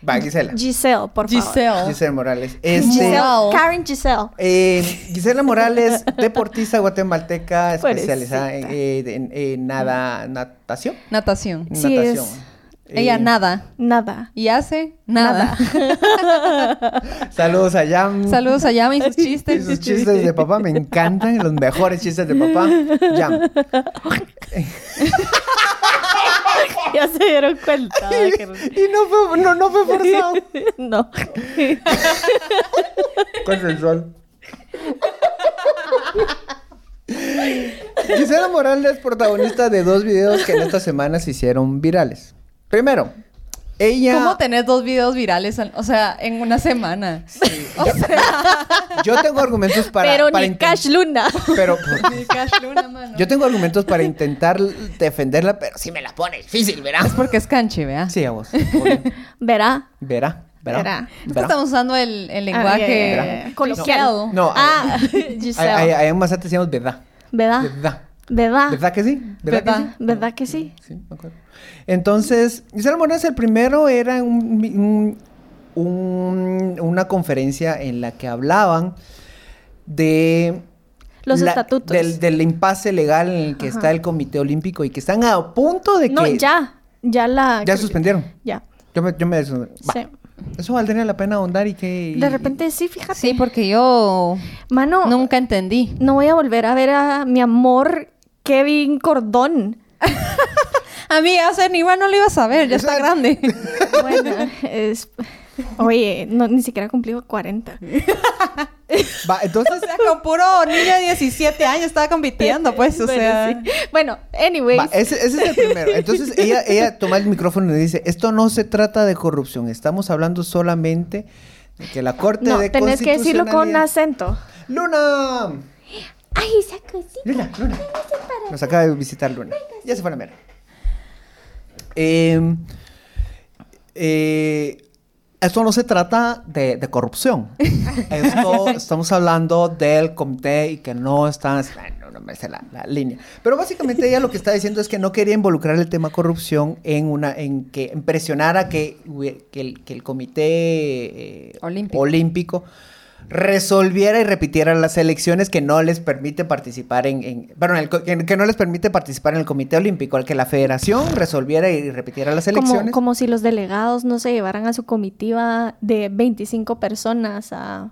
A: Va, Gisela.
C: [laughs] Giselle, por favor.
B: Giselle.
A: Gisela Morales. Este.
B: Giselle.
C: Giselle. Karen Giselle.
A: eh, Gisela Morales, deportista guatemalteca
C: [laughs]
A: especializada en,
C: Pobrecita.
A: eh, en- en nada, natación.
B: Natación.
C: Sí,
A: natación.
C: es-
A: Eh,
B: Ella nada. [laughs]
C: Nada.
B: Y hace nada.
A: Saludos a Yam.
B: Saludos a Yami y sus
A: Y
B: chistes.
A: sus chistes de papá me encantan, los mejores chistes de papá. Yam.
C: Ya se dieron cuenta. que-
A: Y no fue, no, no fue forzado.
C: no. [laughs]
A: Consensual. Gisela Morales es protagonista de dos videos que en esta semana se hicieron virales. Primero, ella.
B: ¿Cómo tenés dos videos virales, al- o sea, en una semana? O sea,
A: Yo tengo argumentos para.
C: Pero
A: para
C: ni
A: inten-
C: Cash Luna.
A: Pero.
B: ni Cash Luna, [laughs] mano.
A: Yo tengo argumentos para intentar defenderla, pero sí me la pone difícil, verá.
B: Es porque es canche, ¿vea?
A: Sí, a vos. obvio.
C: Verá.
A: Verá, verá.
C: Verá.
B: Es que estamos usando el, el
C: Ah, ya, ya, ya,
B: lenguaje
C: ya. Coloquial.
A: No,
C: ah, [laughs]
A: Ahí-
C: Giselle.
A: ahí- ahí en Mazate decíamos verdad.
C: ¿Verdad?
A: Verdad.
C: ¿Verdad?
A: ¿Verdad que sí? ¿Verdad, que sí?
B: ¿Verdad?
C: Ah. ¿Verdad que sí?
A: Sí, me acuerdo. Entonces, Gisela Morales, el primero era un, un- un- una conferencia en la que hablaban de...
C: Los
A: la-
C: estatutos.
A: Del, del impasse legal en el que
C: Ajá.
A: está el Comité Olímpico y que están a punto de que...
C: No, ya. Ya la.
A: Ya suspendieron.
C: Ya.
A: Yo me... Yo me desu- Va.
C: Sí.
A: Eso valdría la pena ahondar y que...
C: De repente sí, fíjate.
B: Sí, porque yo
C: Mano,
B: nunca entendí.
C: no voy a volver a ver a mi amor Kevin Cordón.
B: A mí hace ni igual no lo iba a saber, ya está grande. [laughs]
C: Bueno, [laughs] es... Oye, no, ni siquiera cumplí 40.
A: Va, entonces...
B: O sea, con puro niño de 17 años estaba compitiendo, pues, o
C: Bueno,
B: sea.
C: sí. Bueno, anyways.
A: Va, ese, ese es el primero.
C: [laughs]
A: Entonces ella, ella toma el micrófono y le dice, esto no se trata de corrupción, estamos hablando solamente de que la Corte
C: no,
A: de
C: tenés que decirlo con
A: Constitucionalidad-
C: acento.
A: ¡Luna!
C: Ay, esa cosita.
A: Luna, Luna. Nos acaba de visitar Luna. Ya se fue a la mera. Eh, eh, esto no se trata de, de
C: [laughs]
A: corrupción. Esto, estamos hablando del comité y que no están... ah, No, no me sé la, la línea. Pero básicamente ella lo que está diciendo es que no quería involucrar el tema corrupción en una... en que en presionar a que, hubie- que el, que el comité eh,
B: Olímpico.
A: olímpico resolviera y repitiera las elecciones que no les permite participar en, en- perdón, el co- que, que no les permite participar en el Comité Olímpico, al que la Federación resolviera y repitiera las
C: Como,
A: elecciones.
C: como si los delegados no se llevaran a su comitiva de 25 personas a...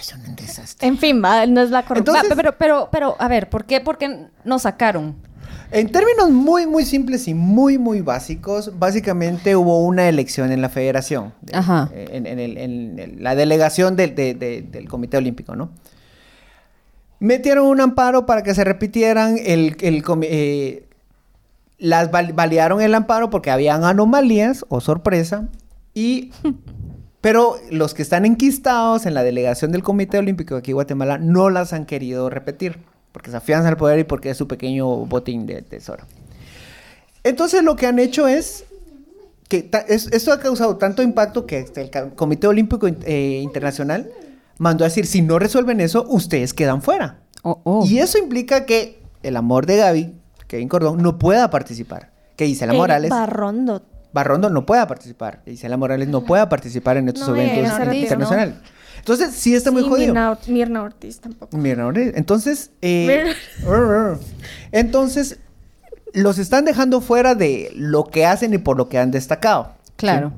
A: Es un desastre.
C: En fin, va, no es la corrupción.
A: Entonces-
B: Va, pero, pero, pero, a ver, ¿por qué? Porque nos sacaron.
A: En términos muy muy simples y muy muy básicos, básicamente hubo una elección en la Federación, de-
B: Ajá.
A: en, en el- en el- la delegación del- de- de- del Comité Olímpico, ¿no? Metieron un amparo para que se repitieran el, el comi- eh, las val- validaron el amparo porque habían anomalías o sorpresa y pero los que están enquistados en la delegación del Comité Olímpico de aquí en Guatemala no las han querido repetir porque se afianzan al poder y porque es su pequeño botín de tesoro. Entonces lo que han hecho es que ta- es- esto ha causado tanto impacto que hasta el ca- Comité Olímpico In- eh, Internacional mandó a decir si no resuelven eso ustedes quedan fuera.
B: Oh, oh.
A: Y eso implica que el amor de Gaby, Kevin Cordón, no pueda participar. Que Gisela
C: Eric
A: Morales,
C: Barrondo.
A: Barrondo no pueda participar. Que Gisela Morales no pueda participar en estos
C: No, y
A: eventos
B: Elena Ortiz,
A: internacionales. Entonces, sí está muy
C: Sí,
A: jodido.
C: Mirna, Or- Mirna Ortiz tampoco.
A: Mira, ahora- entonces, eh, entonces los están dejando fuera de lo que hacen y por lo que han destacado. ¿sí?
B: Claro.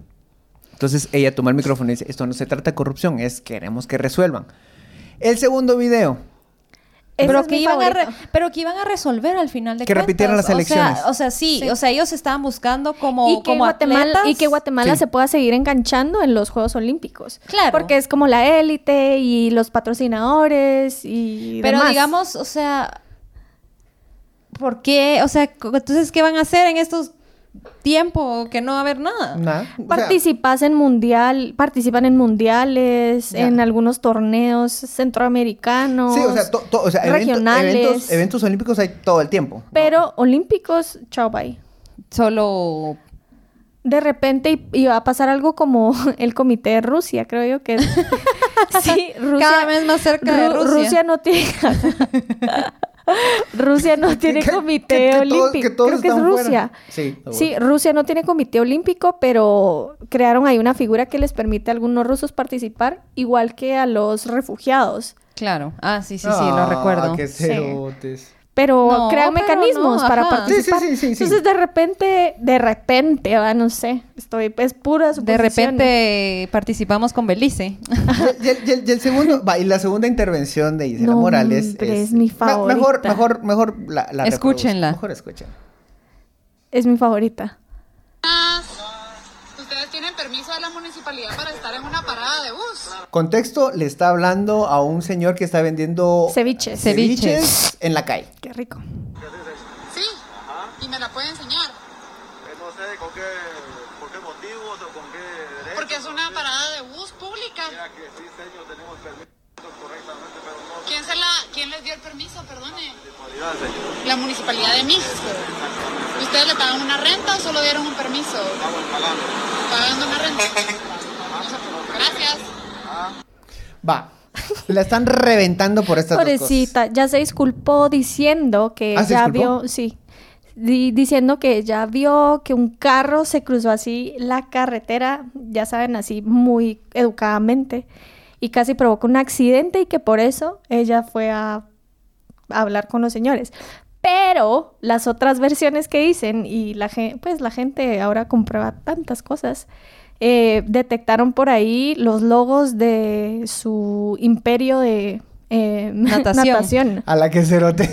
A: Entonces ella toma el micrófono y dice, esto no se trata de corrupción, es queremos que resuelvan. El segundo video,
C: Ese
B: Pero
C: es
B: que,
C: mi
B: iban a re-
C: favorito.
B: pero que iban a resolver al final de
A: Que
B: cuentas.
A: repitieran las
B: O
A: elecciones.
B: sea, o sea, sí,
C: Sí.
B: O sea, ellos estaban buscando como,
C: y que
B: como
C: Guatemala
B: atletas.
C: y que Guatemala
A: Sí.
C: se pueda seguir enganchando en los Juegos Olímpicos
B: Claro.
C: porque es como la élite y los patrocinadores y
B: Pero
C: demás.
B: digamos, o sea, ¿por qué? O sea, co- entonces, ¿qué van a hacer en estos tiempo que no va a haber nada.
A: Nada. O sea,
C: Participas en mundial, participan en mundiales,
A: Ya.
C: en algunos torneos centroamericanos.
A: sí, o sea, to- to- o sea, evento-
C: regionales.
A: eventos, eventos olímpicos hay todo el tiempo.
C: Pero olímpicos, chao bye.
B: Solo
C: De repente i- iba a pasar algo como [laughs] el comité de Rusia, creo
B: [laughs]
C: yo que sí, Rusia
B: cada vez más cerca de
C: Ru-
B: Rusia.
C: no tiene [laughs] Rusia no
A: [laughs]
C: tiene
A: Que- que-
C: comité
A: que- que todos-
C: olímpico,
A: que todos
C: creo que es
A: están fuera.
C: Rusia.
A: Sí, ah,
C: Sí,
A: bueno.
C: Rusia no tiene comité olímpico, pero crearon ahí una figura que les permite a algunos rusos participar, igual que a los refugiados.
B: Claro. Ah, sí, sí, sí,
A: Ah,
B: lo recuerdo.
A: qué
C: Sí.
A: cerotes.
C: Pero
B: No,
C: crean
B: pero
C: mecanismos
B: no,
C: para
B: ajá.
A: Sí, sí,
C: participar.
A: sí, sí, sí.
C: Entonces, de repente, de repente, va, no sé, estoy, es pura
B: De
C: suposición.
B: repente participamos con Belice.
A: Y el, y el- y el segundo, va, y la segunda intervención de Isela
C: No,
A: Morales
C: hombre, es mi
A: me- Mejor,
C: favorita.
A: mejor, mejor la, la reproduzco.
B: Escúchenla.
A: Mejor escúchenla.
C: Es mi favorita.
E: Ustedes tienen permiso de la municipalidad para estar en una parada de bus.
A: Contexto, le está hablando a un señor que está vendiendo
C: Ceviches.
B: Ce- Ceviches.
A: ceviches en la calle.
C: Qué rico.
E: Sí. Y me la puede enseñar.
F: Eh, No sé con qué, por qué motivos o con qué derechos.
E: Porque es una parada de bus pública.
F: Ya que sí, señor, tenemos permiso correctamente, pero no
E: ¿Quién, se la, ¿Quién les dio el permiso? Perdone.
F: municipalidad, señor.
E: La municipalidad de Misco. ¿Ustedes le pagan una renta o solo dieron un permiso?
F: Estamos pagando.
E: Pagando una renta. Gracias.
A: Va. La están reventando por estas dos cosas.
C: Pobrecita, ya se disculpó diciendo que
A: ¿Ah, se
C: ya
A: disculpó?
C: vio, sí, Di- diciendo que ya vio que un carro se cruzó así la carretera, ya saben, así muy educadamente, y casi provocó un accidente y que por eso ella fue a, a hablar con los señores. Pero las otras versiones que dicen, y la gente, pues la gente ahora comprueba tantas cosas, eh, detectaron por ahí los logos de su imperio de eh, [laughs]
B: Natación.
C: natación.
A: A la que cerote.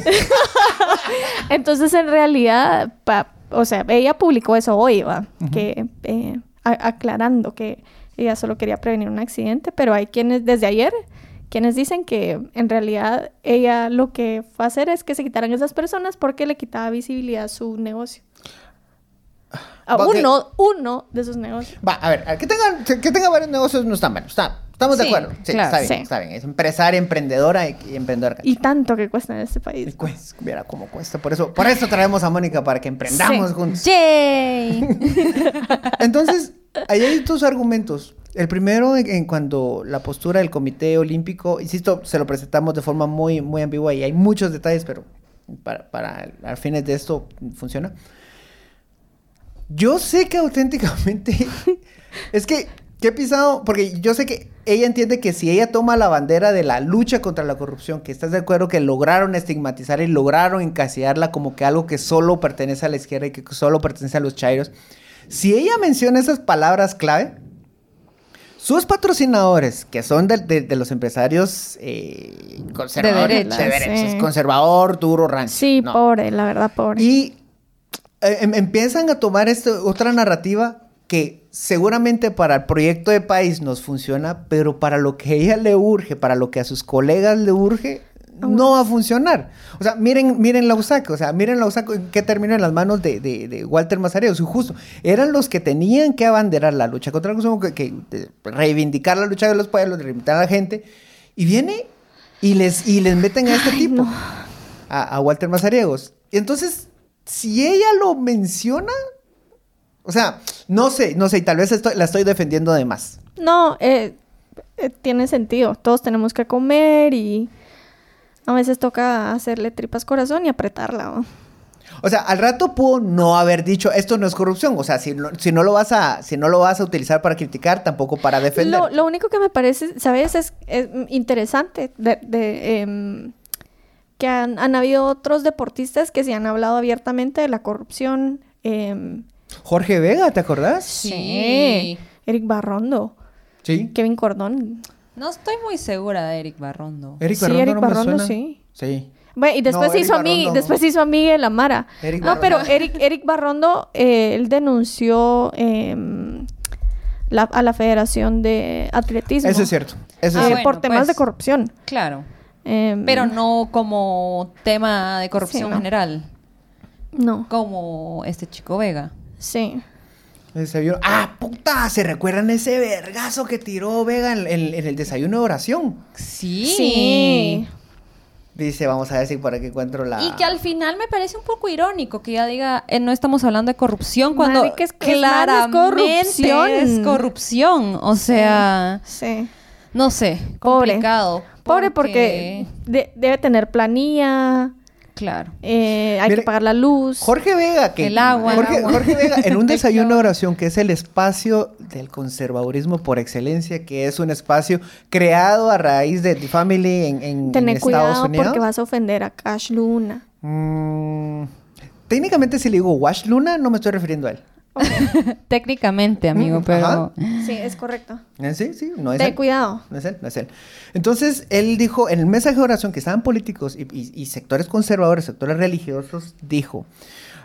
C: Entonces, en realidad, pa- o sea, ella publicó eso hoy, ¿va? Que eh, a- aclarando que ella solo quería prevenir un accidente, pero hay quienes desde ayer quienes dicen que en realidad ella lo que fue a hacer es que se quitaran esas personas porque le quitaba visibilidad a su negocio. A
A: Va, que-
C: uno, uno de sus negocios.
A: Va, a ver, a- que tengan, que tenga varios negocios no están malos. Está, estamos de
B: Sí,
A: acuerdo. Sí,
B: claro.
A: está bien,
C: Sí.
A: está bien. Es empresaria, emprendedora y, y emprendedora.
C: Y tanto que cuesta en este país.
A: Pues, mira cómo cuesta. Por eso, por eso traemos a Mónica para que emprendamos
C: Sí.
A: juntos.
B: ¡Yay!
A: Entonces, ahí hay dos argumentos. El primero, en, en cuanto la postura del Comité Olímpico, insisto, se lo presentamos de forma muy, muy ambigua y hay muchos detalles, pero para, para a fines de esto funciona. Yo sé que
C: [laughs]
A: auténticamente. es que, ¿qué he pisado? Porque yo sé que ella entiende que si ella toma la bandera de la lucha contra la corrupción, que estás de acuerdo que lograron estigmatizar y lograron encasillarla como que algo que solo pertenece a la izquierda y que solo pertenece a los chairos. Si ella menciona esas palabras clave, sus patrocinadores, que son del- de, de los empresarios eh, conservadores,
B: derechas,
A: de derechas,
C: sí.
A: conservador, duro, rancio.
C: Sí,
A: no.
C: pobre, la verdad, pobre.
A: Y eh, em- empiezan a tomar esto- otra narrativa que seguramente para el proyecto de país nos funciona, pero para lo que a ella le urge, para lo que a sus colegas le urge, no va a funcionar. O sea, miren, miren la USAC, o sea, miren la USAC en qué terminó en las manos de, de- de Walter Mazariegos, y justo, eran los que tenían que abanderar la lucha contra el consumo, que, que, eh, reivindicar la lucha de los pueblos, reivindicar a la gente, y viene y les, y les meten a este tipo a, a Walter Mazariegos. Y entonces, si ella lo menciona, o sea, no sé, no sé, y tal vez estoy- la estoy defendiendo de más.
C: No, eh, eh, tiene sentido. Todos tenemos que comer y a veces toca hacerle tripas corazón y apretarla. ¿no?
A: O sea, al rato pudo no haber dicho esto no es corrupción. O sea, si no, si no lo vas a, si no lo vas a utilizar para criticar, tampoco para defender.
C: Lo, lo único que me parece, ¿sabes? Es, es, mm, interesante de, de, em, que han, han habido otros deportistas que se han hablado abiertamente de la corrupción. em,
A: Jorge Vega, ¿te acordás?
B: Sí.
C: Eric Barrondo,
A: Sí.
C: Kevin Cordón.
B: No estoy muy segura de Eric Barrondo.
A: Eric
C: Sí,
A: Barrondo,
C: Eric
A: no me
C: Barrondo,
A: suena.
C: sí.
A: Sí.
C: Bueno, y después
A: No,
C: se
A: Eric
C: hizo a mí,
A: Barrondo no.
C: después se hizo a Miguel Amara.
A: Eric
C: no,
A: Barrondo.
C: pero Eric, Eric Barrondo, eh, él denunció em, la- a la Federación de Atletismo.
A: Eso es cierto. Eso
C: eh,
A: es
B: Ah,
A: cierto.
B: bueno,
C: por temas
B: pues.
C: de corrupción.
B: Claro.
C: Em,
B: Pero no como tema de corrupción
C: Sí, no.
B: general,
C: No.
B: como este chico Vega.
C: Sí.
A: Desayuno. ¡Ah, puta! ¿Se recuerdan ese vergazo que tiró Vega en, en- en el desayuno de oración?
B: Sí.
C: Sí.
A: Dice, vamos a ver si por aquí encuentro la.
B: Y que al final me parece un poco irónico que ya diga, eh, no estamos hablando de corrupción, cuando
C: Marica, es- es
B: claramente
C: más, es corrupción.
B: es corrupción. O sea,
C: Sí.
B: no sé,
C: Pobre.
B: complicado.
C: Pobre porque de- debe tener planilla,
B: Claro. [laughs]
C: eh, hay
A: Mire,
C: que pagar la luz.
A: Jorge Vega, que.
B: El agua, el
A: Jorge,
B: agua.
A: Jorge Vega, en un desayuno de oración, que es el espacio del conservadurismo por excelencia, que es un espacio creado a raíz de The Family en, en- en
C: Tener
A: Estados
C: cuidado
A: Unidos.
C: porque vas a ofender a Cash Luna.
A: Mm, técnicamente, si le digo Wash Luna, no me estoy refiriendo a él.
B: Técnicamente, amigo,
A: Mm,
B: pero
A: ajá.
C: Sí, es correcto.
A: ¿Eh? Sí, sí, no es
C: Ten
A: él.
C: cuidado.
A: No es él, no es él. Entonces, él dijo, en el mensaje de oración que estaban políticos y, y- y sectores conservadores, sectores religiosos, dijo,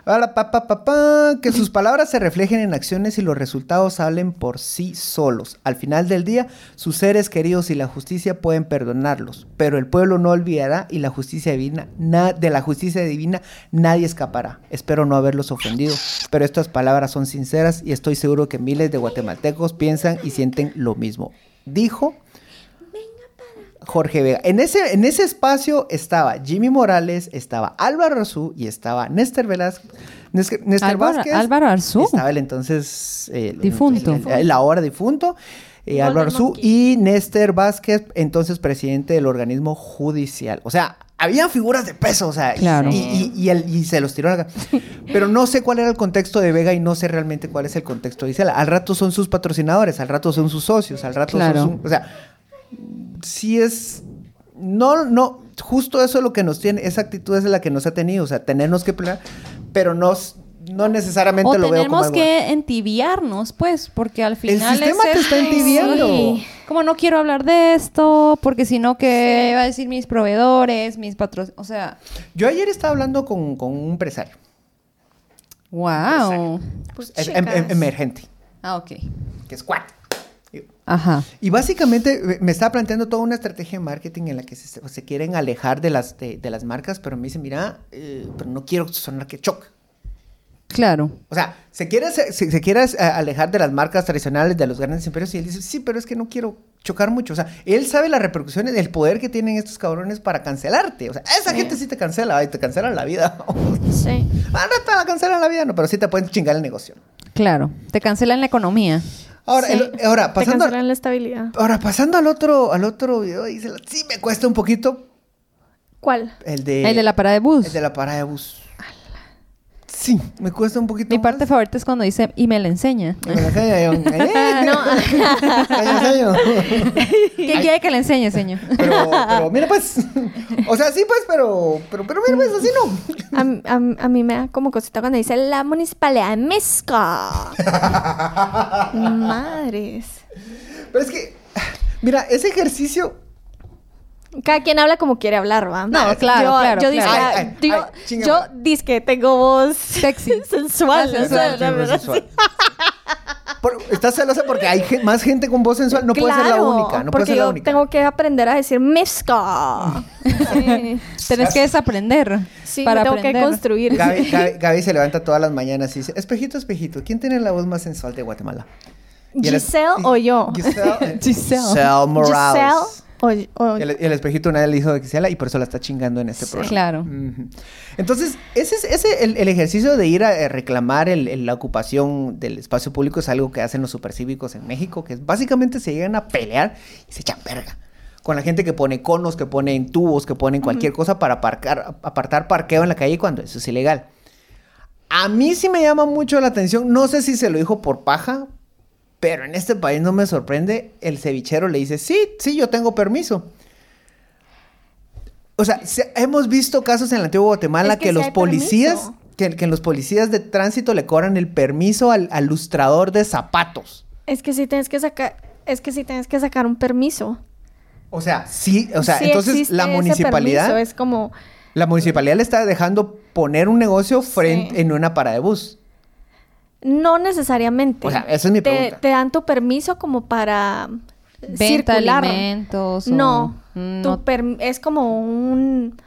A: "Ala, pa, pa, pa, pa, que sus palabras se reflejen en acciones y los resultados hablen por sí solos. Al final del día, sus seres queridos y la justicia pueden perdonarlos, pero el pueblo no olvidará y la justicia divina, na- de la justicia divina nadie escapará. Espero no haberlos ofendido, pero estas palabras son sinceras y estoy seguro que miles de guatemaltecos piensan y sienten lo mismo. Dijo Jorge Vega. En ese, en ese espacio estaba Jimmy Morales, estaba Álvaro Arzú y estaba Néstor Velázquez. Néstor, Néstor
B: Álvaro-
A: Vázquez.
B: Álvaro Arzú.
A: Estaba el entonces... eh, el-
B: Difunto.
A: el- el ahora difunto. eh,
C: Golden
A: Álvaro Arzú
C: Monkey.
A: y Néstor Vázquez, entonces presidente del organismo judicial. O sea, había figuras de peso, o sea, y-
B: Claro.
A: y, y- y el- y se los tiró a la ca- Pero no sé cuál era el contexto de Vega y no sé realmente cuál es el contexto de Isela. Al rato son sus patrocinadores, al rato son sus socios, al rato
B: Claro.
A: son sus... O sea, sí es. No, no. Justo eso es lo que nos tiene. Esa actitud es la que nos ha tenido. O sea, tenernos que pelear, pero no, s- no necesariamente
B: O
A: lo veo como
B: tenemos
A: algo-
B: que entibiarnos, pues, porque al final
A: sistema
B: es
A: te está
B: esto.
A: entibiando.
B: Sí. Como no quiero hablar de esto, porque sino que va a decir mis proveedores, mis patrocinadores, o sea,
A: Yo ayer estaba hablando con, con un empresario em-
B: wow.
A: em- em- emergente,
B: Ah, ok.
A: que es cuatro.
B: Ajá.
A: Y básicamente eh, me está planteando toda una estrategia de marketing en la que se, se quieren alejar de las, de, de las marcas, pero me dice, mira, eh, pero no quiero sonar que choca.
B: Claro.
A: O sea, se quiere, se, se- se quiere eh, alejar de las marcas tradicionales, de los grandes imperios, y él dice, sí, pero es que no quiero chocar mucho. O sea, él sabe las repercusiones del poder que tienen estos cabrones para cancelarte. O sea, esa gente sí te cancela, ay, te cancelan la vida. [laughs]
C: Sí.
A: ah, no te la cancelan la vida, no, pero sí te pueden chingar el negocio.
B: Claro. Te cancelan la economía.
A: Ahora,
C: Sí.
A: el- ahora,
C: Te
A: pasando,
C: cancelan la estabilidad.
A: ahora, pasando al otro, al otro video, dice, sí me cuesta un poquito
C: ¿Cuál?
A: el de...
B: El de la parada de bus.
A: el de la parada de bus. Sí, me cuesta un poquito
B: Mi parte
A: más.
B: favorita es cuando dice y me la [laughs] enseña.
A: Me la cae,
C: [laughs]
A: yo, "Eh". Me la cae.
B: ¿Quién quiere que le enseñe, señor?
A: Pero, pero mira pues. O sea, sí pues, pero, pero, pero mira pues, así no.
C: A, m- a m- a mí me da como cosita cuando dice la municipalidad de Mezca. Madres.
A: Pero es que, mira, ese ejercicio.
C: Cada quien habla como quiere hablar, ¿va?
B: No, claro,
C: yo,
B: claro,
C: Yo
B: claro.
C: disque,
A: Ay, ay,
C: yo,
A: ay, chinga
C: yo
A: madre.
C: disque tengo voz
B: Sexy.
C: [laughs] sensual.
B: Ah,
C: o sea,
B: sensual,
C: la verdad,
A: sensual. Por- estás celosa porque hay gen- más gente con voz sensual. No puede ser la
C: Claro,
A: única. No puede
C: porque
A: ser la
C: yo
A: única.
C: tengo que aprender a
A: [laughs]
C: decir Mezca. Sí,
B: [laughs] Tenés que desaprender.
C: sí
B: para
C: me tengo
B: aprender.
C: que construir.
A: Gaby, Gaby- Gaby se levanta todas las mañanas y dice: Espejito, espejito, ¿quién tiene la voz más sensual de Guatemala? Y el es-
C: ¿Giselle o yo? [laughs]
A: Giselle, eh,
B: Giselle.
A: Giselle Morales.
C: Giselle o, o-
A: Y el, y el espejito nadie le dijo de Gisela y por eso la está chingando en este
B: Sí,
A: programa.
B: claro.
A: Ujú. Entonces, ese es ese, el, el ejercicio de ir a eh, reclamar el- el- la ocupación del espacio público es algo que hacen los supercívicos en México, que es, básicamente se llegan a pelear y se echan verga. Con la gente que pone conos, que ponen tubos, que ponen cualquier cosa para aparcar- apartar parqueo en la calle cuando eso es ilegal. A mí sí me llama mucho la atención, no sé si se lo dijo por paja, pero en este país no me sorprende, el cevichero le dice, sí, sí, yo tengo permiso. O sea, se- hemos visto casos en la antigua Guatemala
C: Es
A: que,
C: que sí
A: los
C: hay
A: policías,
C: permiso.
A: que, que los policías de tránsito le cobran el permiso al, al lustrador de zapatos.
C: Es que sí tienes que sacar, es que sí tienes que sacar un permiso.
A: O sea, sí, o sea,
C: Sí
A: entonces
C: existe
A: la
C: ese
A: municipalidad,
C: permiso, es como
A: la municipalidad le está dejando poner un negocio frente
C: Sí.
A: en una parada de bus.
C: no necesariamente.
A: O sea, esa es mi
C: Te-
A: pregunta.
C: Te, dan tu permiso como para
B: Venta de
C: circular.
B: alimentos. o-
C: No,
B: Mm,
C: tu
B: no
C: perm- es como un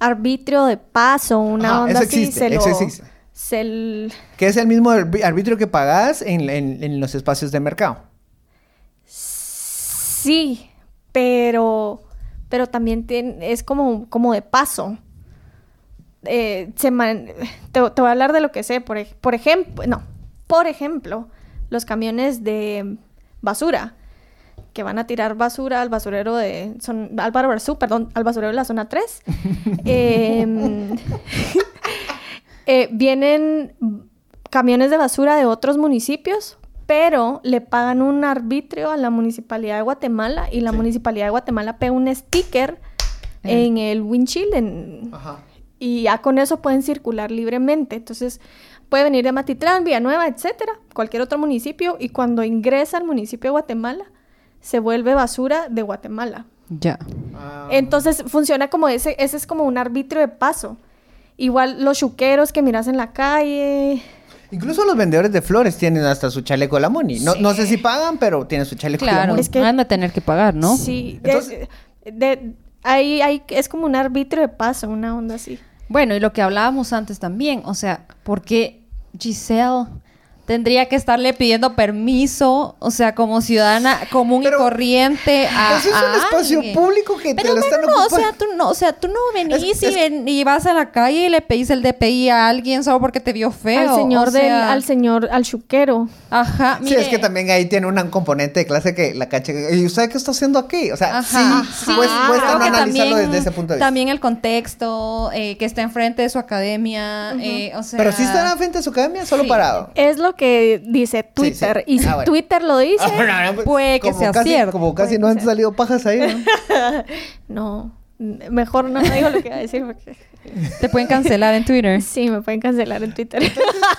C: arbitrio de paso, una
A: Ajá,
C: onda
A: eso
C: así.
A: existe,
C: se lo-
A: eso existe.
C: Cel-
A: Que es el mismo arbi- arbitrio que pagás en, en- en los espacios de mercado.
C: Sí, pero, pero también tien- es como, como de paso. Eh, se man- te, te voy a hablar de lo que sé. Por, ej- por ejemplo, no, por ejemplo, los camiones de basura que van a tirar basura al basurero de son, Álvaro Barzú, perdón, al basurero de la zona 3. Em, eh, vienen camiones de basura de otros municipios, pero le pagan un arbitrio a la municipalidad de Guatemala y la
A: Sí.
C: municipalidad de Guatemala pega un sticker
B: Eh,
C: en el windshield en-
A: Ajá.
C: y ya con eso pueden circular libremente. Entonces puede venir de Matitlán, Villanueva, etcétera, cualquier otro municipio y cuando ingresa al municipio de Guatemala se vuelve basura de Guatemala.
B: Ya.
C: Entonces funciona como ese, ese es como un arbitrio de paso. Igual los chuqueros que miras en la calle.
A: Incluso los vendedores de flores tienen hasta su chaleco de la Moni. No, no sé si pagan, pero tienen su chaleco de la
B: Claro,
A: Moni.
C: Es que-
B: van a tener que pagar, ¿no?
C: Sí.
A: Entonces-
C: de- de- ahí, ahí es como un arbitrio de paso, una onda así.
B: Bueno, y lo que hablábamos antes también, o sea, ¿por qué Giselle tendría que estarle pidiendo permiso, o sea, como ciudadana común
A: Pero-
B: y corriente a
A: Pues es
B: a
A: un espacio
B: alguien?
A: público que te
B: Pero
A: lo están
B: bueno, no, o
A: ocupando.
B: sea, tú no, o sea, tú no venís
A: Es-
B: y,
A: es-
B: ven- y vas a la calle y le pedís el DPI a alguien solo porque te vio feo.
C: al señor
B: o sea,
C: del, al señor, al chuquero.
B: Ajá,
A: Sí, es
B: mire,
A: que también ahí tiene una- un componente de clase que la cacha. ¿Y usted qué está haciendo aquí? O sea,
B: Ajá,
A: ah, sí, cuesta, cuesta
B: creo
A: no
B: que
A: analizarlo
B: también-
A: desde ese punto de vista.
B: También el contexto eh, que está enfrente de su academia, eh, o sea...
A: Pero sí estará frente a su academia, solo
B: Sí.
A: parado.
C: Es lo que dice Twitter.
A: sí.
C: Y si
A: Ah, bueno.
C: Twitter lo dice,
B: puede que
A: pues, como
B: sea
A: casi,
B: cierto,
A: Como casi
C: puede
A: no
C: que
A: han
C: sea.
A: salido pajas ahí,
B: [laughs]
A: ¿no?
C: no. n- Mejor no me digo lo que iba a
A: [laughs]
C: decir porque
B: Te pueden cancelar en
A: Eh.
B: Twitter.
C: sí, me pueden cancelar en Twitter.
A: [laughs]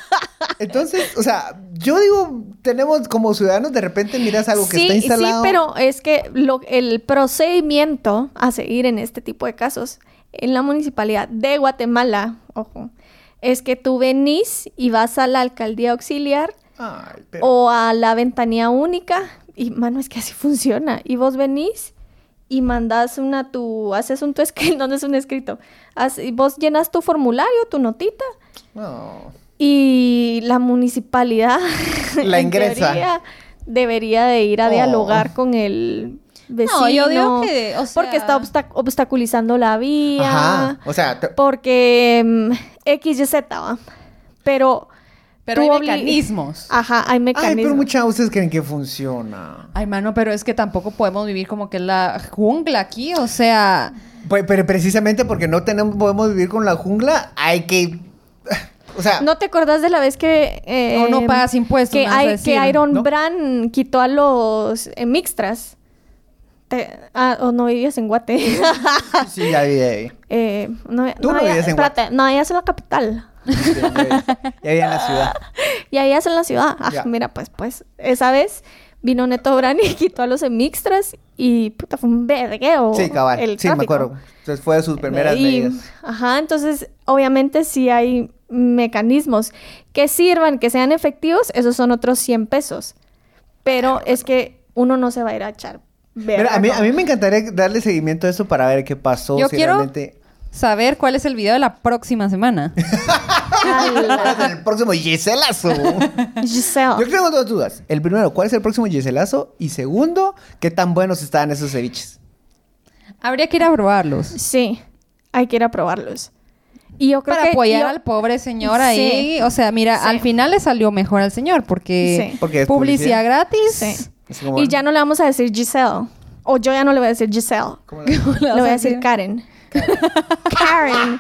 A: Entonces, o sea, yo digo, tenemos como ciudadanos, de repente miras algo que
C: sí,
A: está instalado.
C: Sí, pero es que lo- el procedimiento a seguir en este tipo de casos en la municipalidad de Guatemala, ojo, es que tú venís y vas a la alcaldía auxiliar
A: Ay, pero-
C: o a la ventanilla única y mano es que así funciona y vos venís y mandas una tu haces un tu escrito, [laughs] no no es un escrito, Haz- y vos llenas tu formulario, tu notita
A: No.
C: y la municipalidad
A: [laughs] La
C: en
A: ingresa.
C: teoría, debería de ir a
A: Oh.
C: dialogar con el vecino.
B: No, yo digo que, o sea-
C: Porque está obstac- obstaculizando la vía.
A: Ajá. O sea, te-
C: Porque mm, X, Y, Z, ¿va? Pero...
B: Pero hay
C: tú obli-
B: [laughs] mecanismos.
C: Ajá, hay
A: ay,
C: mecanismos.
A: pero muchas veces creen que funciona.
B: Ay, mano, pero es que tampoco podemos vivir como que la jungla aquí, o sea...
A: Pues, pero precisamente porque no tenemos, podemos vivir con la jungla, hay que. [laughs] O sea,
C: ¿No te acordás de la vez que... eh,
B: O no pagas impuestos,
C: Que,
B: me vas a
C: Ai-
B: decir,
C: que Iron
A: ¿no?
C: Brand quitó a los eh, mixtras. Te- ah, o no vivías en Guate.
B: [laughs]
A: sí, ya vi, ya vi.
C: [laughs] Eh, no,
A: Tú no
C: allá-
A: vives en
C: espérate, No, allá es la capital. [laughs]
A: Sí, ya vi. Ya vi en la ciudad.
C: Y allá es en la ciudad. Ah,
A: Ya.
C: mira, pues, pues, esa vez vino Neto Brand y quitó a los mixtras y puta, fue un vergueo.
A: Sí, cabal.
C: Oh, el
A: sí, me
C: tráfico.
A: acuerdo. Entonces fue de sus primeras
C: Y-
A: medidas.
C: Ajá, entonces, obviamente, sí hay mecanismos que sirvan, que sean efectivos, esos son otros 100 pesos. Pero es que uno no se va a ir a echar.
A: Mira,
C: verga,
A: a, mí,
C: ¿no?
A: a mí me encantaría darle seguimiento a eso para ver qué pasó.
B: Yo
A: si
B: quiero-
C: [laughs]
A: realmente.
B: Saber cuál es el video de la próxima semana.
A: ¿Cuál es el próximo Giselazo?
C: Giselle.
A: [laughs] Yo tengo dos dudas. El primero, ¿cuál es el próximo Giselazo? Y segundo, ¿qué tan buenos estaban esos ceviches?
B: Habría que ir a probarlos.
C: Sí, hay que ir a probarlos. Y yo creo
B: Para
C: que
B: apoyar
C: yo-
B: al pobre señor
C: Sí.
B: ahí. O sea, mira,
C: Sí.
B: al final le salió mejor al señor porque,
C: Sí.
A: Porque es publicidad.
B: publicidad, gratis. [laughs]
C: Sí.
A: Así como,
C: Y ya no le vamos a decir Giselle. O yo ya no le voy a decir Giselle.
A: ¿cómo la-
B: Le
C: Le
B: vas
C: voy a decir Karen. Karen.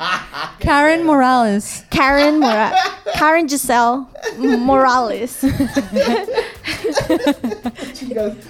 B: Karen Morales.
C: Karen Morales. Karen Giselle Morales.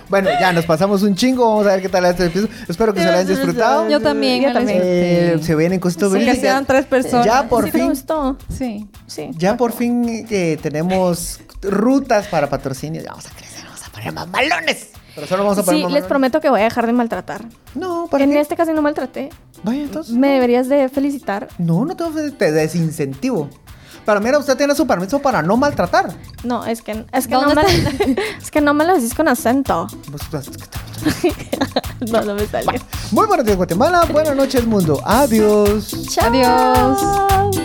A: Bueno, ya nos pasamos un chingo. Vamos a ver qué tal este episodio. Espero que se lo hayan disfrutado.
B: Yo también.
C: Yo
B: me lo
C: también.
B: disfruté.
A: Eh, se vienen cositas
B: Sí, que
A: bonitas.
B: sean tres
A: [laughs]
B: personas.
A: Ya por
C: ¿Sí te
A: fin.
C: gustó?
B: Sí.
C: Sí.
A: Ya por fin eh, tenemos rutas para patrocinio. Ya Vamos a crecer, vamos a poner más malones. Pero solo vamos a poner
C: Sí,
A: más
C: les
A: malones.
C: prometo que voy a dejar de maltratar.
A: No, para
C: En
A: qué?
C: este caso no maltraté.
A: Vaya, entonces.
C: Me deberías de felicitar.
A: No, no te, ofende- te desincentivo. Pero mira, usted tiene su permiso para no maltratar.
C: No, es que, es que, no,
B: ¿Dónde
C: me, [laughs] es que no me lo decís con acento.
A: Pues, pues,
C: No, no me salió.
A: Muy buenos días, Guatemala. Buenas noches, mundo. Adiós.
C: Chao.
B: Adiós.